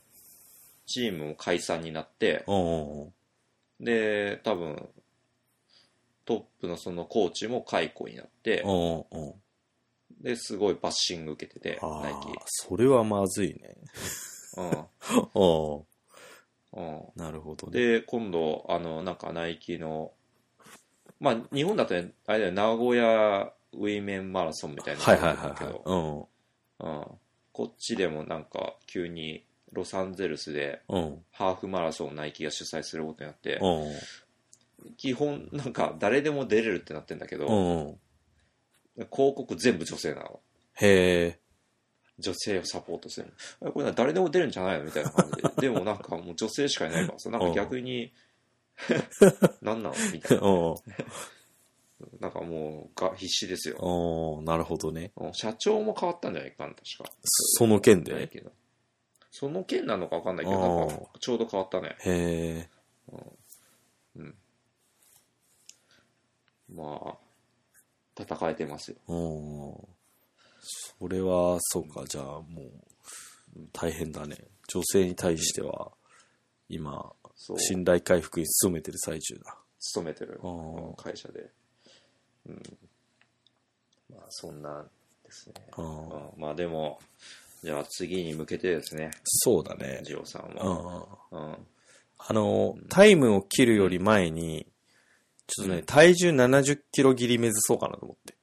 Speaker 2: チームも解散になって
Speaker 1: うん。
Speaker 2: で多分トップのそのコーチも解雇になって
Speaker 1: うん。うん。
Speaker 2: ですごいバッシング受けてて
Speaker 1: あ
Speaker 2: ナイ
Speaker 1: あ、それはまずいね。
Speaker 2: キう
Speaker 1: うん
Speaker 2: うん
Speaker 1: ん。なるほどね。
Speaker 2: で、今度、あの、なんか、ナイキの、まあ、日本だとね、あれだよ、名古屋ウィメンマラソンみたいなの
Speaker 1: はい
Speaker 2: が
Speaker 1: はい
Speaker 2: あ
Speaker 1: はい
Speaker 2: るんだけ
Speaker 1: はい
Speaker 2: ど。、
Speaker 1: うん。
Speaker 2: うんこっちでもなんか、急にロサンゼルスで
Speaker 1: うん。
Speaker 2: ハーフマラソンをナイキが主催することになって、
Speaker 1: うん。
Speaker 2: 基本、なんか、誰でも出れるってなってんだけ
Speaker 1: う
Speaker 2: ど、
Speaker 1: んうん。
Speaker 2: 広告全部女性なの。
Speaker 1: へえ。
Speaker 2: 女性をサポートする。えこれな誰でも出るんじゃないのみたいな感 じで。でもなんかもう女性しかいないからさ、なんか逆に、 なんなのみたいな。
Speaker 1: うん。
Speaker 2: なんかもうが必死ですよ。
Speaker 1: おーなるほどね。
Speaker 2: うん社長も変わったんじゃないかな、確か。
Speaker 1: その件
Speaker 2: ない
Speaker 1: で。
Speaker 2: けどその件なのか分かんないけど、
Speaker 1: あー
Speaker 2: なんかちょうど変わったね。
Speaker 1: へえ。
Speaker 2: まあ、戦えてますよ。
Speaker 1: うん。俺は、そうか、じゃあもう、大変だね。女性に対しては、今、
Speaker 2: そう
Speaker 1: 信頼回復に努めてる最中だ。
Speaker 2: 勤めてる
Speaker 1: あー
Speaker 2: 会社で、うん、まあそんなんですね
Speaker 1: あ
Speaker 2: う
Speaker 1: ー
Speaker 2: んまあでもじゃあ次に向けてですね
Speaker 1: そうだね。
Speaker 2: ジオさん
Speaker 1: う
Speaker 2: は、
Speaker 1: ん。
Speaker 2: うん、
Speaker 1: あの、タイムを切るより前に、ちょっとね、
Speaker 2: うん
Speaker 1: 体重70キロ切り目指そうかなと思って。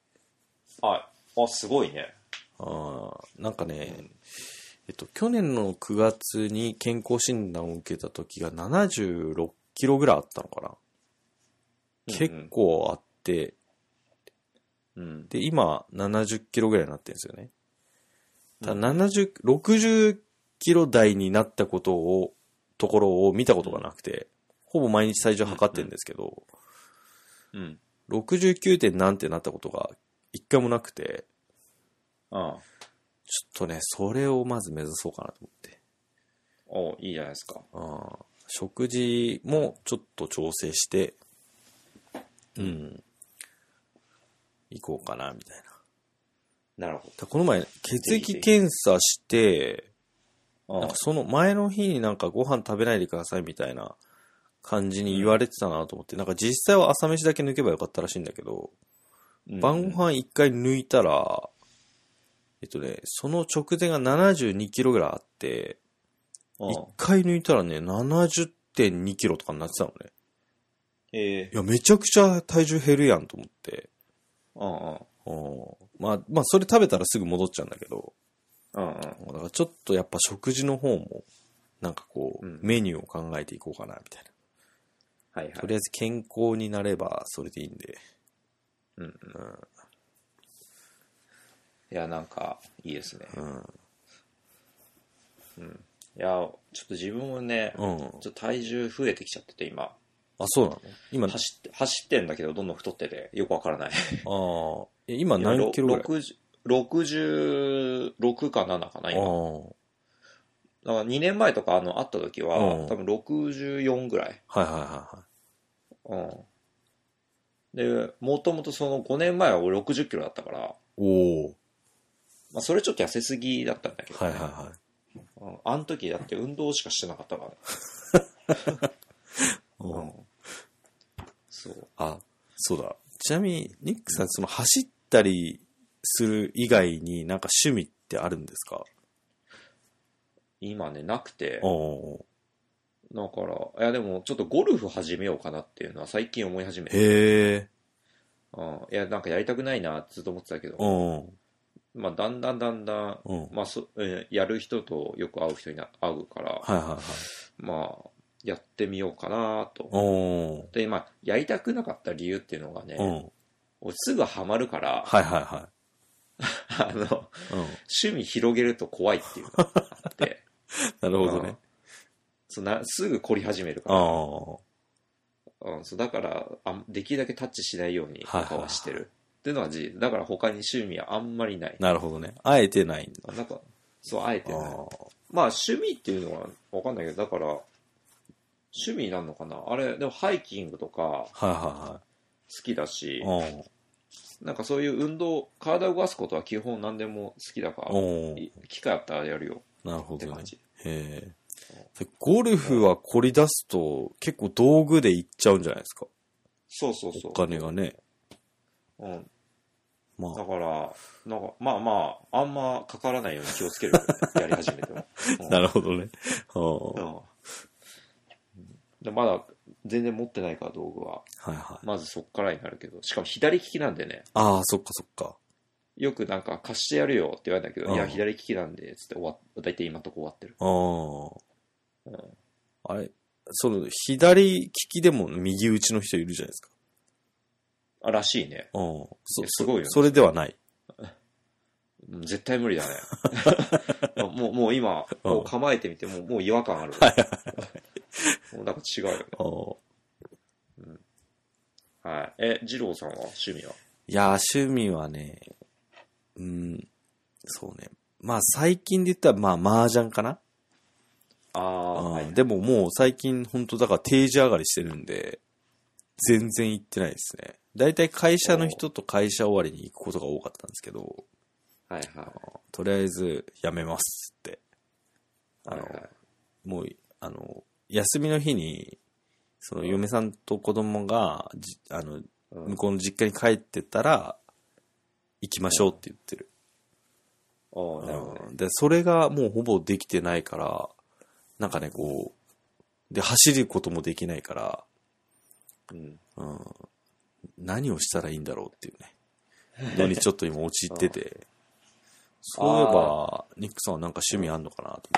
Speaker 2: ああすごいね
Speaker 1: ああ、なんかね、えっと、去年の9月に健康診断を受けた時が76キロぐらいあったのかな。結構あって、
Speaker 2: うん
Speaker 1: で、今70キロぐらいになってるんですよね。た
Speaker 2: うん
Speaker 1: だ70、60キロ台になったことを、ところを見たことがなくて、ほぼ毎日体重測ってるんですけど、
Speaker 2: うん
Speaker 1: 69. 点なんてなったことが一回もなくて、
Speaker 2: あ
Speaker 1: ちょっとね、それをまず目指そうかなと思って。
Speaker 2: おいいじゃないですか
Speaker 1: あー食事もちょっと調整して、うん、行こうかな、みたいな。
Speaker 2: なるほ
Speaker 1: たこの前、血液検査して、
Speaker 2: ど
Speaker 1: なんかその前の日になんかご飯食べないでくださいみたいな感じに言われてたなと思って、なんか実際は朝飯だけ抜けばよかったらしいんだけど、
Speaker 2: うん
Speaker 1: 晩ご飯一回抜いたら、えっとね、その直前が72キロぐらいあって、
Speaker 2: うん
Speaker 1: 一回抜いたらね、70.2キロとかになってたのね。
Speaker 2: ええ
Speaker 1: いや、めちゃくちゃ体重減るやんと思って。
Speaker 2: うんうん
Speaker 1: うんまあ、まあ、それ食べたらすぐ戻っちゃうんだけど、
Speaker 2: うんうん
Speaker 1: だからちょっとやっぱ食事の方も、なんかこう、
Speaker 2: うん
Speaker 1: メニューを考えていこうかな、みたいな。
Speaker 2: はいはい
Speaker 1: とりあえず健康になれば、それでいいんで。
Speaker 2: うんうんいやなんかいいですね
Speaker 1: うん。
Speaker 2: いやちょっと自分もね、
Speaker 1: うん。
Speaker 2: ちょっと体重増えてきちゃってて今
Speaker 1: あ、そうなの今、あ
Speaker 2: 走って走ってんだけどどんどん太っててよくわからない
Speaker 1: あ、え今何キロぐらい
Speaker 2: ?66 か7かな今
Speaker 1: ああ。
Speaker 2: だから2年前とかあの会った時は、
Speaker 1: うん
Speaker 2: 多分64ぐらい、
Speaker 1: はいはいはいはい。
Speaker 2: うん、でもともとその5年前は俺60キロだったから、
Speaker 1: おお。
Speaker 2: まあ、それちょっと痩せすぎだったんだけど、
Speaker 1: はいはいはい。
Speaker 2: うんあの時だって運動しかしてなかったから、う
Speaker 1: うん
Speaker 2: ん、そう
Speaker 1: あ、そうだ。ちなみに、ニックさん、その走ったりする以外になんか趣味ってあるんですか
Speaker 2: 今ねなくて
Speaker 1: おお
Speaker 2: だからいやでもちょっとゴルフ始めようかなっていうのは最近思い始め
Speaker 1: ー。
Speaker 2: て、
Speaker 1: へえ。
Speaker 2: うん、いやなんかやりたくないなってずっと思ってたけど、
Speaker 1: おー
Speaker 2: まあ、だんだんだんだん、
Speaker 1: うん。はい
Speaker 2: まあそえーやる人とよく会う人にな会うから、
Speaker 1: はいはい。
Speaker 2: まあ、やってみようかなと。
Speaker 1: おお。
Speaker 2: で、まあ、やりたくなかった理由っていうのがね、
Speaker 1: うん。
Speaker 2: 俺すぐハマるから、
Speaker 1: はいはいは
Speaker 2: あ
Speaker 1: い。
Speaker 2: の、
Speaker 1: うん。
Speaker 2: 趣味広げると怖いっていうのがあって、
Speaker 1: なるほどね。
Speaker 2: そうなすぐ凝り始めるか
Speaker 1: あ
Speaker 2: ら、
Speaker 1: あ。
Speaker 2: うん、そうだからあん、できるだけタッチしないようにとかはしてる。っていうのは事実。だから他に趣味はあんまりない。
Speaker 1: なるほどね。あえてないんだ。
Speaker 2: なんか、そう、あえて
Speaker 1: あ
Speaker 2: ない。
Speaker 1: ー
Speaker 2: まあ、趣味っていうのはわかんないけど、だから、趣味なんのかなあれ、でもハイキングとか
Speaker 1: はいは
Speaker 2: 好きだし
Speaker 1: いはい。、お
Speaker 2: なんかそういう運動、体を動かすことは基本何でも好きだから
Speaker 1: お。、おお。
Speaker 2: い機会あったらやるよ
Speaker 1: なるほ
Speaker 2: って
Speaker 1: どね
Speaker 2: 感。じ。
Speaker 1: へえ。でゴルフは凝り出すと結構道具でいっちゃうんじゃないですか。
Speaker 2: そうそうそ
Speaker 1: お金がね。
Speaker 2: う。うん。
Speaker 1: まあ
Speaker 2: だ、から、なんか、まあまあ、あんまかからないように気をつけるよね、 やり始めても。うん
Speaker 1: なるほど ね。うん
Speaker 2: うんでまだ全然持ってないから道具は。
Speaker 1: はいはい。
Speaker 2: まずそっからになるけど。しかも左利きなんでね、
Speaker 1: ああ、そっかそっか。
Speaker 2: よくなんか貸してやるよって言われたけど、
Speaker 1: うん
Speaker 2: いや、左利きなんで、つって終わっ、だいたい今のとこ終わってる。
Speaker 1: ああ。あれ、その、左利きでも右打ちの人いるじゃないですか。
Speaker 2: あ、らしいね。
Speaker 1: うん。そ
Speaker 2: いやすごいよね
Speaker 1: そそれではない。
Speaker 2: うん絶対無理 だね。 もう、もう今、
Speaker 1: うん
Speaker 2: もう構えてみて、もう、もう違和感ある。もうなんか違うよね。
Speaker 1: ああ
Speaker 2: はい。え、二郎さんは趣味はい
Speaker 1: やー、趣味はね、うん、そうね。まあ、最近で言ったら、まあ、麻雀かな。
Speaker 2: ああ、
Speaker 1: うん
Speaker 2: はい。
Speaker 1: でももう最近、本当だから定時上がりしてるんで、全然行ってないですね。だいたい会社の人と会社終わりに行くことが多かったんですけど、
Speaker 2: はいはい。
Speaker 1: とりあえずやめますって。あの、
Speaker 2: はいはい
Speaker 1: もう、あの、休みの日に、その嫁さんと子供が、じあの、
Speaker 2: うん
Speaker 1: 向こうの実家に帰ってたら、行きましょうって言ってる。
Speaker 2: おーなるほどね。
Speaker 1: うんで、それがもうほぼできてないから、なんかね、こう、で、走ることもできないから、
Speaker 2: うん。
Speaker 1: うん、何をしたらいいんだろうって いうね、のにちょっと今陥ってて、そういえば、ニックさんはなんか趣味あんのかなと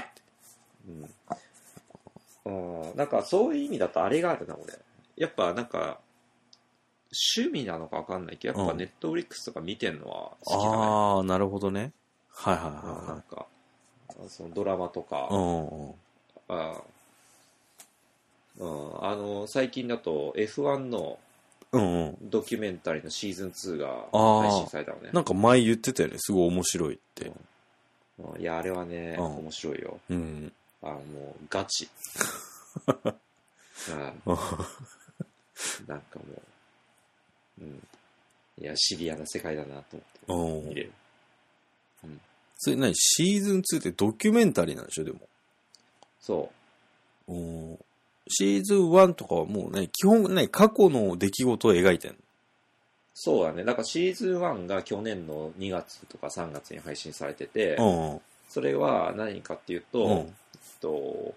Speaker 1: 思って。
Speaker 2: うん。うん。なんかそういう意味だとあれがあるな、俺。やっぱなんか、趣味なのかわかんないけど、やっぱ
Speaker 1: うん
Speaker 2: ネットフリックスとか見てんのは好きだね。
Speaker 1: ああー、なるほどね。はいはい
Speaker 2: うん
Speaker 1: はい
Speaker 2: な
Speaker 1: は
Speaker 2: ん
Speaker 1: い。
Speaker 2: か、そのドラマとか、
Speaker 1: うんうんうん。
Speaker 2: あーうん、あの、最近だと F1 の
Speaker 1: うんうん。
Speaker 2: ドキュメンタリーのシーズン2が
Speaker 1: あー
Speaker 2: 配信されたのね。
Speaker 1: なんか前言ってたよね、すごい面白いって。
Speaker 2: うんいや、あれはね、
Speaker 1: うん
Speaker 2: 面白いよ。
Speaker 1: うん。
Speaker 2: あの、もうガ チ。うんなんかもう、うん。いや、シビアな世界だなと
Speaker 1: う
Speaker 2: 思って
Speaker 1: ん
Speaker 2: 見れる。
Speaker 1: それ何シーズン2ってドキュメンタリーなんでしょでも。
Speaker 2: そ
Speaker 1: おーシーズン1とかはもうね、基本ね、過去の出来事を描いてんの。
Speaker 2: う。そうだね。だからシーズン1が去年の2月とか3月に配信されてて、
Speaker 1: うんうん。
Speaker 2: それは何かっていうと、
Speaker 1: う
Speaker 2: えっ
Speaker 1: ん。
Speaker 2: と、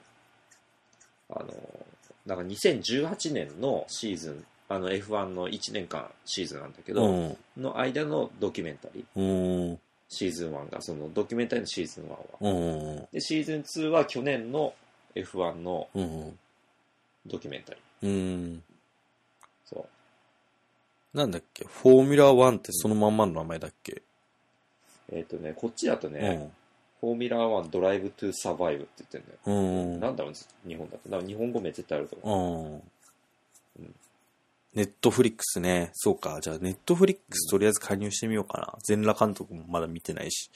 Speaker 2: あの、なんか2018年のシーズン、あの F1 の1年間シーズンなんだけ
Speaker 1: う
Speaker 2: ど、
Speaker 1: ん
Speaker 2: の間のドキュメンタリー、
Speaker 1: うん。
Speaker 2: シーズン1が、そのドキュメンタリーのシーズン1は。
Speaker 1: うん。
Speaker 2: で、シーズン2は去年の F1 の
Speaker 1: うん。
Speaker 2: ドキュメンタリー。
Speaker 1: うん。
Speaker 2: そう。
Speaker 1: なんだっけフォーミュラー1ってそのまんまの名前だっけ
Speaker 2: えっ、とね、こっちだと
Speaker 1: う
Speaker 2: ね、
Speaker 1: ん。
Speaker 2: フォーミュラー1ドライブトゥサバイブって言ってるんだよ。
Speaker 1: うん。
Speaker 2: なんだろう、日本だと。だから日本語名絶対あると思う。
Speaker 1: うん
Speaker 2: うん。
Speaker 1: ネットフリックスね。そうか。じゃあ、ネットフリックスとりあえず加入してみようかな。全裸監督もまだ見てないし。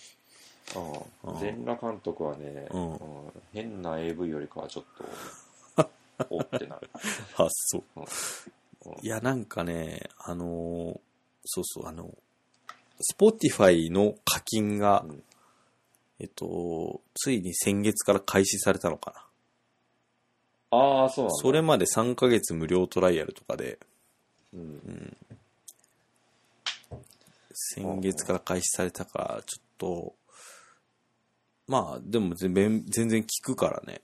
Speaker 2: ああ
Speaker 1: うん
Speaker 2: 全裸監督はね、
Speaker 1: うん
Speaker 2: うん変な AV よりかはちょっ と、おってなる。
Speaker 1: あ、そう
Speaker 2: うん。
Speaker 1: いや、なんかね、あのーそうそう、あの、スポティファイの課金が、
Speaker 2: うん
Speaker 1: えっと、ついに先月から開始されたのか
Speaker 2: ああ、そうなん
Speaker 1: な。
Speaker 2: だ。
Speaker 1: それまで3ヶ月無料トライアルとかで、
Speaker 2: うん。
Speaker 1: 先月から開始されたから、ちょっと、まあ、でも全然、全然効くからね、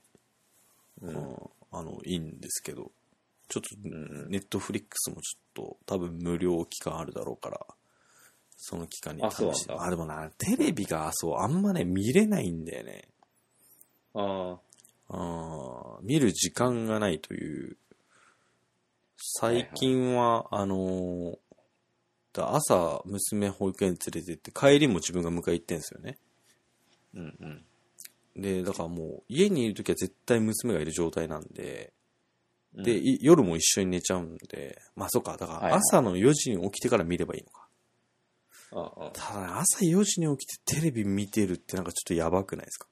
Speaker 2: う
Speaker 1: うん
Speaker 2: ん。
Speaker 1: あの、いいんですけど、ちょっと、
Speaker 2: ん
Speaker 1: ネットフリックスもちょっと、多分無料期間あるだろうから、その期間に
Speaker 2: あそうなんだ
Speaker 1: してあ、でもな、テレビが、そう、あんまね、見れないんだよね。
Speaker 2: あ
Speaker 1: あー見る時間がないという。最近は、あのーだ朝、娘保育園連れて行って、帰りも自分が迎え行ってんですよね。
Speaker 2: ーうんうん。
Speaker 1: で、だからもう、家にいるときは絶対娘がいる状態なんで、
Speaker 2: うん
Speaker 1: で、、い夜も一緒に寝ちゃうんで、まあそっか、だか
Speaker 2: はい
Speaker 1: ら
Speaker 2: はい
Speaker 1: 朝の4時に起きてから見ればいいのか。
Speaker 2: ああ
Speaker 1: ただね、朝4時に起きてテレビ見てるってなんかちょっとやばくないですか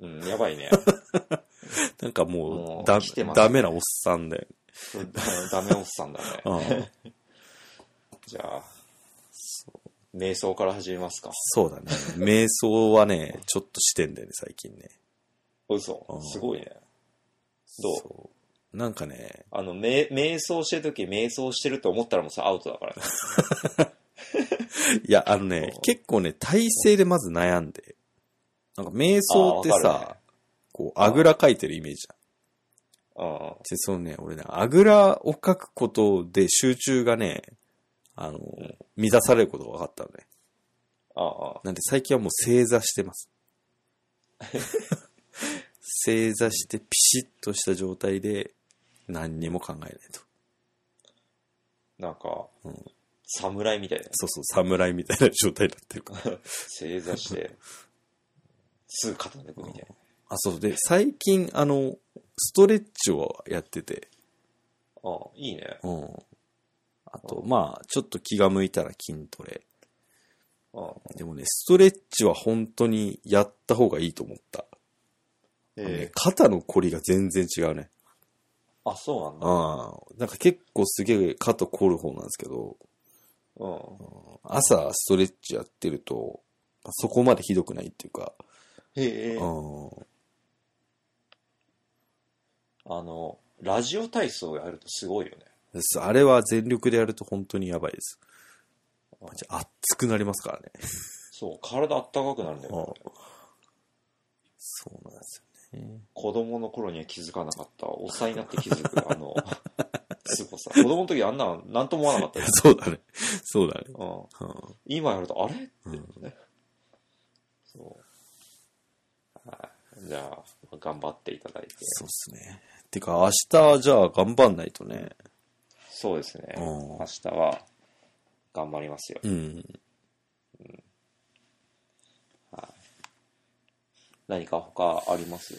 Speaker 2: うん、やば いね。
Speaker 1: なんかも
Speaker 2: も
Speaker 1: う
Speaker 2: う
Speaker 1: だ
Speaker 2: 来てますね
Speaker 1: ダメなおっさんで。
Speaker 2: それダダメおっさんだね。
Speaker 1: うん
Speaker 2: じゃあ、瞑想から始めますか。
Speaker 1: そうだね。瞑想はね、ちょっとしてんだよね、最近ね。
Speaker 2: 嘘
Speaker 1: うん
Speaker 2: すごいね。どう
Speaker 1: そうなんかね、
Speaker 2: あの、め瞑想してるとき、瞑想してると思ったらもうさ、アウト だからね。
Speaker 1: いや、あのね
Speaker 2: うん、
Speaker 1: 結構ね、体勢でまず悩んで。なんか瞑想って
Speaker 2: あーわか
Speaker 1: さ、こう、あぐらかいてるイメージじゃん。
Speaker 2: るね
Speaker 1: で、そのね、俺ね、あぐらをかくことで集中がね、あの、乱されることが分かったのね。
Speaker 2: うん。ああ、
Speaker 1: なんで最近はもう正座して ます。正座してピシッとした状態で何にも考えないと。
Speaker 2: なんか、
Speaker 1: うん
Speaker 2: 侍みたいな。
Speaker 1: そうそう、侍みたいな状態になってるから。
Speaker 2: 正座して、すぐ肩抜くみたいな。
Speaker 1: あ、そうで、最近あの、ストレッチをやってて、
Speaker 2: ああ、いいね。
Speaker 1: うん。あと、まあ、ちょっと気が向いたら筋トレ。
Speaker 2: ああ、
Speaker 1: でもね、ストレッチは本当にやった方がいいと思った。ね
Speaker 2: ええ
Speaker 1: 肩の凝りが全然違うね。
Speaker 2: あ、そうなんだ。
Speaker 1: ああ。なんか結構すげえ肩凝る方なんですけど、
Speaker 2: うん。
Speaker 1: 朝ストレッチやってると、まあそこまでひどくないっていうか、
Speaker 2: へえ
Speaker 1: う。ん、
Speaker 2: あの、ラジオ体操やるとすごいよね。
Speaker 1: ですあれは全力でやると本当にやばいです。マジ熱くなりますからね。
Speaker 2: そう、体あったかくなるんだ
Speaker 1: うん
Speaker 2: よ、ね。
Speaker 1: そうなんですよね。
Speaker 2: 子供の頃には気づかなかった。おっさんになって気づく、あ の、すごさ。子供の時あんなん、なんとも思わなかったよね。
Speaker 1: そうだね。そうだね。
Speaker 2: うん。
Speaker 1: うん
Speaker 2: 今やると、あれってね。そう。はい。じゃあ、頑張っていただいて。
Speaker 1: そうっすね。てか、明日はじゃあ頑張んないとね。
Speaker 2: そうですね。
Speaker 1: うん
Speaker 2: 明日は、頑張りますよ。
Speaker 1: うん。
Speaker 2: 何か他あります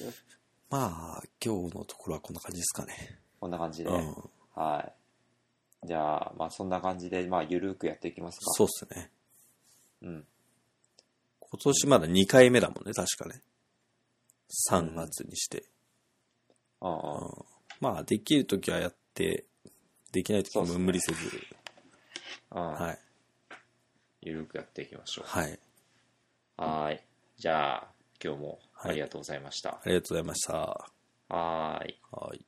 Speaker 1: まあ、今日のところはこんな感じですかね。
Speaker 2: こんな感じで。
Speaker 1: うん。
Speaker 2: はい。じゃあ、まあそんな感じで、まあゆるーくやっていきますか。
Speaker 1: そうっすね。
Speaker 2: うん。
Speaker 1: 今年まだ2回目だもんね、確かね。3月にして。
Speaker 2: うんうん。
Speaker 1: まあ、できるときはやって、できないときは
Speaker 2: そうっすね
Speaker 1: 無理せず、
Speaker 2: うん
Speaker 1: はい。
Speaker 2: ゆるーくやっていきましょ
Speaker 1: はい。
Speaker 2: う。はーい。じゃあ、今日もありがとうございました。
Speaker 1: ありがとうございました。
Speaker 2: はーい。
Speaker 1: はい。